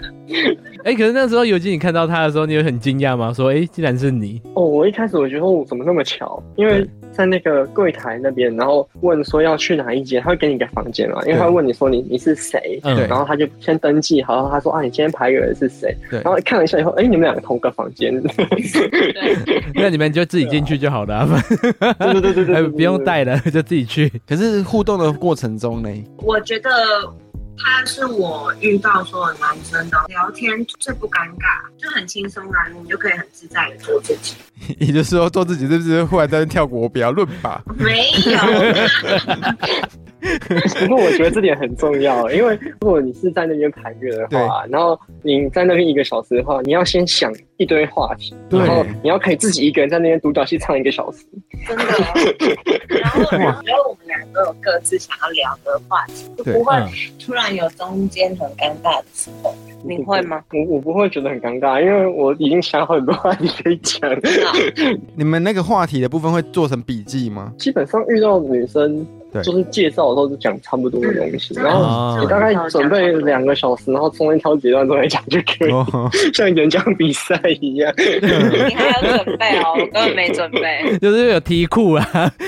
S1: 哎、可是那时候尤金，你看到他的时候，你有很惊讶吗？说，哎、竟然是你，
S4: 哦，我一开始我觉得我怎么那么巧，因为在那个柜台那边，然后问说要去哪一间，他会给你一个房间嘛，因为他会问你说你你是谁，
S1: 嗯，
S3: 对
S4: 然后他就先登记好，然后他说啊你今天排的人是谁，
S3: 对
S4: 然后看了一下以后，哎你们两个同个房间，
S2: 对，
S1: 那你们就自己进去就好了、啊，
S4: 对对对 对
S1: 哎
S4: 对，
S1: 不用带了，就自己去。
S3: 可是互动的过程中呢，
S2: 我觉得他是我遇到所有男生的聊天最不尴尬，就很轻松啊，你就可以很自在的做自己。
S3: 也就是说做自己是不是忽然在那跳国标论吧？
S2: 没 有，
S4: 不过我觉得这点很重要，因为如果你是在那边排月的话，然后你在那边一个小时的话，你要先想一堆话题，
S3: 对
S4: 然后你要可以自己一个人在那边独角戏唱一个小时，
S2: 真的哦。然后，然后，然后我们两个有各自想要聊的话题，就不会
S1: 嗯，
S2: 突然有中间很尴尬的时候。你会吗？
S4: 我我不会觉得很尴尬，因为我已经想好很多话题可以讲。
S3: 你们那个话题的部分会做成笔记吗？
S4: 基本上遇到女生
S3: 对，啊
S4: 就是介绍的时候就讲差不多的东西，
S2: 嗯
S4: 然后
S1: 哦
S4: 你大概准备两个小时，然后中间挑几段出来讲就可以，
S3: 哦，
S4: 像演讲比赛一样。
S2: 你还有准备哦，我根本没准备。
S1: 就是有题库啊，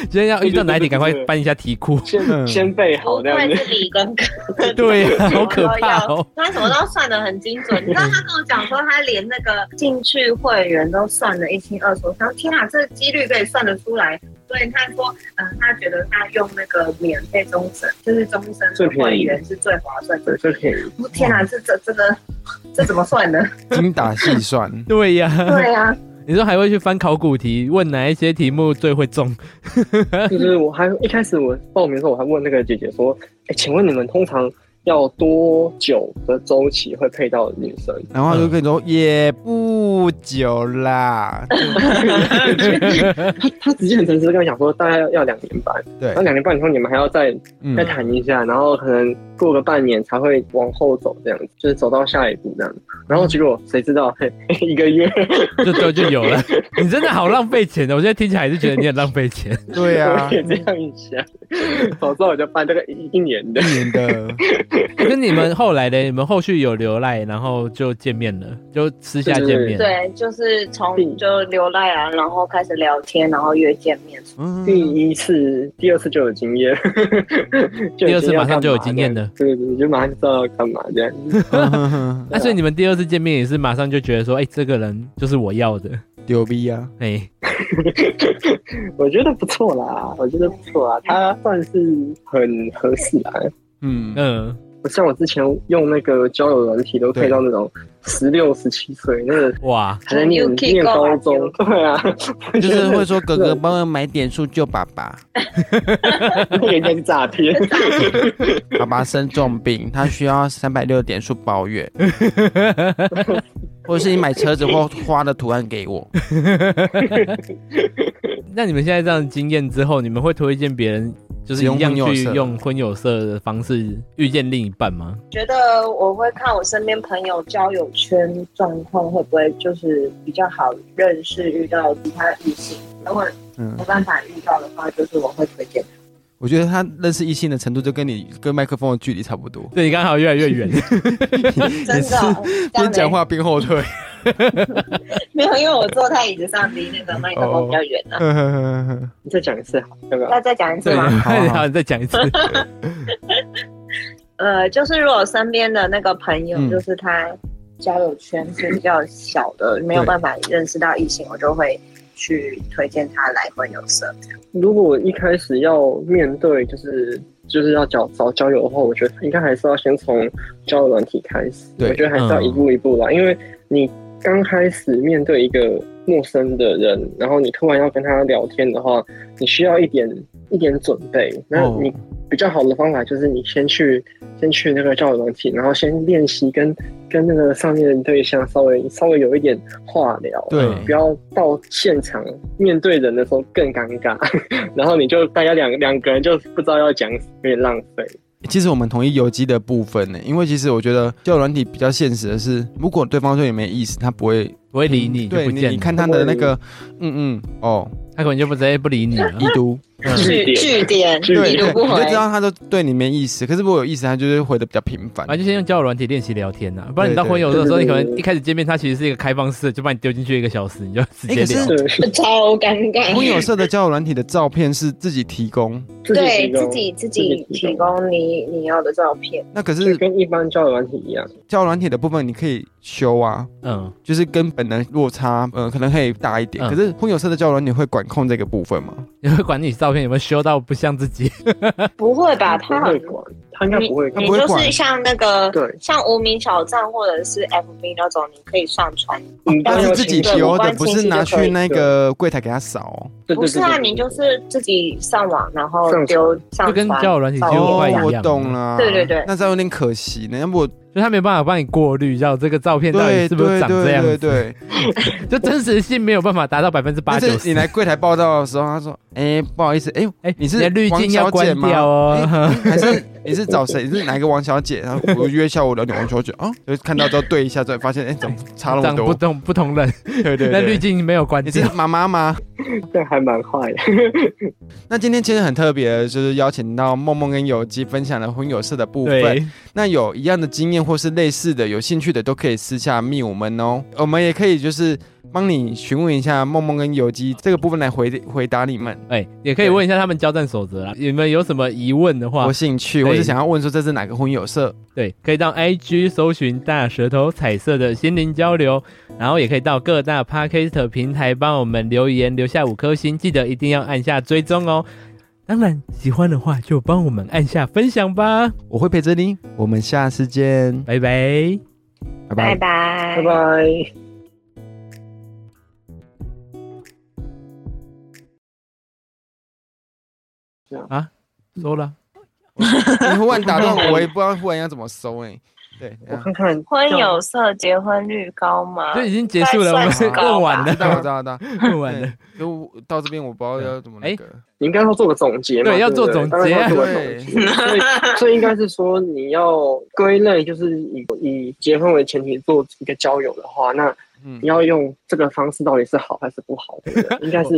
S1: 今天要遇到哪一题，赶快搬一下题库。
S4: 先
S3: 嗯
S4: 先备好
S2: 不
S4: 这样
S2: 愧
S4: 子，
S2: 是理工科，
S1: 对啊，好可怕哦！，
S2: 他什么都算的很很精准。你知道他跟我讲说，他连那个进去会员都算的一清二楚。我想，天啊，这几率可以算得出来。所以他说，嗯、他觉得他用那个免费终身，就是终身
S4: 最
S2: 的
S4: 便宜
S2: 会员是最划算
S4: 对，
S2: 的。
S4: 最 便宜。
S2: 我天啊，这这这个这怎么算呢？
S3: 精打细算
S1: 对呀、
S2: 对啊，
S1: 你说还会去翻考古题，问哪一些题目最会中？
S4: 就是我还一开始我报名的时候，我还问那个姐姐说：“哎、请问你们通常要多久的周期会配到女生
S3: 然后他就跟你说也不久啦，
S4: 她？”她直接很诚实地跟我讲说，大概要两年半，
S3: 对
S4: 然后，两年半以后你们还要再
S3: 嗯
S4: 再谈一下，然后可能过个半年才会往后走，这样子就是走到下一步这样。然后结果谁知道一个月，
S1: 就就就有了。 你真的好浪费钱哦的，我现在听起来还是觉得你很浪费钱。
S3: 对啊
S4: 我，也这样想，早知道我就办这个一一年的
S3: 一。年的，
S1: 跟你们后来的，你们后续有留赖，然后就见面了，就私下见面。
S2: 对，就是
S4: 嗯
S2: 从就流赖啊，然后开始聊天，然后约见面。
S3: 嗯，
S4: 第一次、第二次就有经 验，
S1: 第
S4: 就已经
S1: 二次马上就有
S4: 要干嘛
S1: 经验了。
S4: 这样对对对，就马上就知道要干嘛这样。
S3: 嗯哼哼
S1: 那、所以你们第二次见面也是马上就觉得说，哎、这个人就是我要的，
S3: 牛逼啊！
S1: 哎、
S4: 我觉得不错 啦，我觉得不错啊，它算是很合适啦。
S3: 嗯，
S1: 嗯，
S4: 像我之前用那个交友软体都配到那种十六、十七岁，那个
S1: 哇，
S4: 还在念
S2: Yuki
S4: 念
S2: Go
S4: 高
S2: Matthew
S4: 中，对啊，
S3: 就是会说哥哥帮我买点数救爸爸，
S4: 那 个应该是诈 骗。
S3: 爸爸生重病，他需要三百六点数包月，或者是你买车子或花的图案给我。
S1: 那你们现在这样的经验之后，你们会推荐别人就是一样
S3: 使用婚友
S1: 去
S3: 社
S1: 用婚友社的方式遇见另一半吗？
S3: 嗯
S2: 觉得我会看我身边朋友交友圈状况会不会就是比较好认识遇到其他异性，如果
S3: 嗯
S2: 没，办法遇到的话，就是我会推荐。
S3: 我觉得他认识异性的程度就跟你跟麦克风的距离差不多，
S1: 对你刚好越来越远，
S2: 真的哦，这样
S3: 边
S2: 嘞
S3: 讲话边后退。
S2: 没有，因为我坐在椅子上，离那个麦克风比较远啊。
S4: 你再讲一次好，要不要？
S2: 那再讲一次
S1: 对，
S2: 吗？
S3: 好好
S1: 好，你再讲一次，
S2: 呃，就是如果身边的那个朋友，
S3: 嗯
S2: 就是他交友圈是比较小的，没有办法认识到异性，我就会去推荐他来婚友社。
S4: 如果我一开始要面对就是就是要找找交友的话，我觉得应该还是要先从交友软体开始。
S3: 对嗯
S4: 我觉得还是要一步一步来，因为你刚开始面对一个陌生的人，然后你突然要跟他聊天的话，你需要一点一点准备。那
S3: 哦
S4: 你比较好的方法就是你先去先去那个交友软体，然后先练习跟跟那个上面的对象稍微稍微有一点话聊。啊
S3: 对
S1: 嗯
S4: 不要到现场面对人的时候更尴尬， 然后你就大家两两个人就不知道要讲什么，有点浪费。
S3: 其实我们同意有机的部分呢，因为其实我觉得交友软体比较现实的是，如果对方对你没意思，他不会
S1: 不会理你就
S3: 对
S1: 不
S3: 你
S1: 见
S3: 你
S1: 了，
S3: 看他的那个，嗯嗯，哦，
S1: 他可能就不直哎接不理你了
S3: 已。读，
S1: 嗯
S4: 据点
S2: 据点，
S4: 对
S2: 已读不
S3: 你就
S2: 回
S3: 知。道他都对你没意思。可是如果有意思，他就是回的比较频繁
S1: 反。啊正就先用交友软体练习聊天呐、不然你到
S3: 对对
S1: 婚友社的时候，你
S4: 对
S1: 可
S4: 对对
S1: 能一开始见面，他其实是一个开放式的，就把你丢进去一个小时，你就直接
S3: 哎诶可是
S1: 聊。
S4: 对，
S2: 超尴尬
S3: 婚友社的交友软体的照片是自己提供，
S4: 自
S2: 对
S4: 己
S2: 自己自己提供你你要的照 片，
S3: 那可
S4: 就是跟一般交友软体一样，
S3: 交友软体的部分你可以修啊，
S1: 嗯，
S3: 就是跟本人落差，呃，可能可以大一点。
S1: 嗯
S3: 可是婚友社的交友软体会管控这个部分吗？
S1: 你会管你照片有没有修到不像自己？
S2: 不会吧？
S4: 不
S2: 他
S4: 会
S2: 很
S4: 管，他应该不会管
S2: 你
S3: 不会
S2: 就
S3: 管
S2: 是像那个
S4: 对
S2: 像无名小站或者是 FB 那种，你可以上传。
S4: 你
S2: 但
S3: 但
S4: 要
S3: 是
S2: 是
S3: 自己
S2: 对
S3: 修
S2: 无
S3: 的，
S2: 关
S3: 不
S2: 亲
S3: 是
S2: 戚
S3: 拿
S2: 就可
S3: 去
S2: 以
S3: 那个柜台给他扫哦。
S4: 对对对
S2: 不是啊，
S4: 对对
S2: 你就是自己上网，然后
S4: 上传
S2: 丢上传，
S1: 就跟交友软体
S2: 照
S1: 其实
S2: 片
S1: 不
S3: 哦
S1: 太一样，啊
S3: 我懂了。
S2: 对对对
S3: 那这样有点可惜呢。要不我
S1: 就他没办法帮你过滤掉这个照片到底
S3: 对
S1: 是不是
S3: 对
S1: 长这样
S3: 对对
S1: 子，
S3: 对，
S1: 就真实性没有办法达到百分之 八
S3: 但
S1: 九
S3: 是
S1: 十。
S3: 你来柜台报道的时候，他说：“哎，不好意思，哎，
S1: 哎，
S3: 你是
S1: 的滤
S3: 王
S1: 镜要
S3: 小姐
S1: 关
S3: 吗哎
S1: 掉哦。
S3: 还是你是找谁？你是哪一个王小姐？然后我约下午两点王小姐啊，就看到之后对一下，之后发现哎、怎么差那 么
S1: 长
S3: 多
S1: 不？同不同人，
S3: 对对
S1: 那
S3: 对，
S1: 滤镜没有关
S3: 你是
S1: 掉。
S3: 妈妈吗？
S4: 这还蛮坏的。
S3: 那今天其实很特别，就是邀请到梦梦跟友基分享了婚友社的部分。
S1: 对，
S3: 那有一样的经验或是类似的，有兴趣的都可以私下密我们哦。我们也可以就是帮你询问一下梦梦跟游击这个部分来回回答你们。
S1: 哎、也可以问一下他们交战守则啦。你们有什么疑问的话
S3: 我，兴趣，
S1: 对
S3: 我是想要问说这是哪个婚友社？
S1: 对，可以到 IG 搜寻“大舌头彩色的心灵交流”，然后也可以到各大 Podcast 平台帮我们留言，留下五颗星，记得一定要按下追踪哦。当然，喜欢的话就帮我们按下分享吧，
S3: 我会陪着你，我们下次见，
S1: 拜拜。
S3: 拜拜
S2: 拜。拜，
S4: 拜拜。
S1: 收了，
S3: 你忽然打断我，我也不知道忽然要怎么收哎、 对，
S4: 我
S3: 啊
S4: 看看
S2: 婚友社结婚率高吗？
S1: 就已经结束了，我
S2: 算
S1: 们
S2: 是高吧
S1: 问完
S3: 知道，我知
S1: 了，
S3: 道，我知道。
S1: 问完了。
S3: 对就我到这边我不知道要怎么
S1: 哎
S3: 那个。
S4: 你应该要做个总结嘛，
S1: 对
S4: 对，
S1: 要做
S4: 不
S1: 总
S4: 当然
S1: 结
S4: 要做个
S3: 对
S4: 总结。所以，所以应该是说你要归类，就是以以结婚为前提做一个交友的话，那
S3: 嗯
S4: 你，要用这个方式到底是好还是不好，对不对？应该是，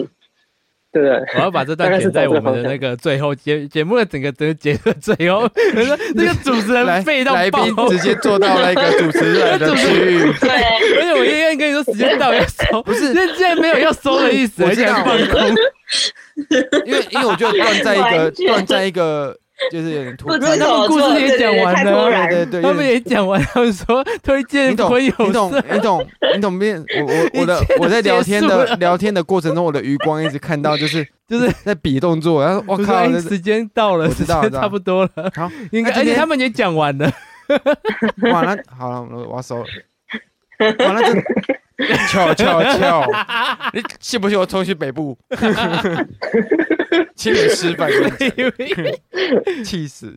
S4: 对不对？
S1: 我要把这段
S4: 大概
S1: 剪
S4: 是
S1: 在
S4: 走
S1: 我
S4: 这个
S1: 们的那个最后节节目的整个的节的最 后。我说这个主持
S3: 来
S1: 人废到
S3: 来
S1: 爆，
S3: 宾 直接坐到那个主持人的区域。
S2: 对。
S1: 而且我应该跟你说时间到要收，不
S3: 是
S1: 现在没有要收的意思，
S3: 我
S1: 而且
S3: 知
S1: 还
S3: 道
S1: 放空。
S3: 因为因为我觉得断在一个
S2: 完全
S3: 断在一个就是有点突
S2: 不
S3: 然
S2: 知
S1: 那
S2: 所
S1: 故
S2: 措，
S1: 事也
S2: 对对
S1: 讲
S2: 对
S1: 完
S2: 太
S1: 了
S2: 突
S1: 啊
S2: 然
S3: 对对对，
S1: 他们也讲完，他们说推荐
S3: 你懂
S1: 婚友
S3: 你懂
S1: 社，
S3: 你懂你懂变我我我的
S1: 一切都
S3: 我在聊天
S1: 结
S3: 的
S1: 束了
S3: 聊天的过程中，我的余光一直看到就是
S1: 就是
S3: 在比动作，然后我
S1: 我说
S3: 靠，
S1: 哎
S3: 这是
S1: 时间到了，
S3: 我知道
S1: 时
S3: 我
S1: 间
S3: 知道
S1: 差不多了，
S3: 好
S1: 应该
S3: 那今
S1: 而且
S3: 天
S1: 他们也讲完 了，
S3: 哇那好了，我我要收了，完了这翘翘 翘，你信不信我冲去北部， 亲眼失败，气死！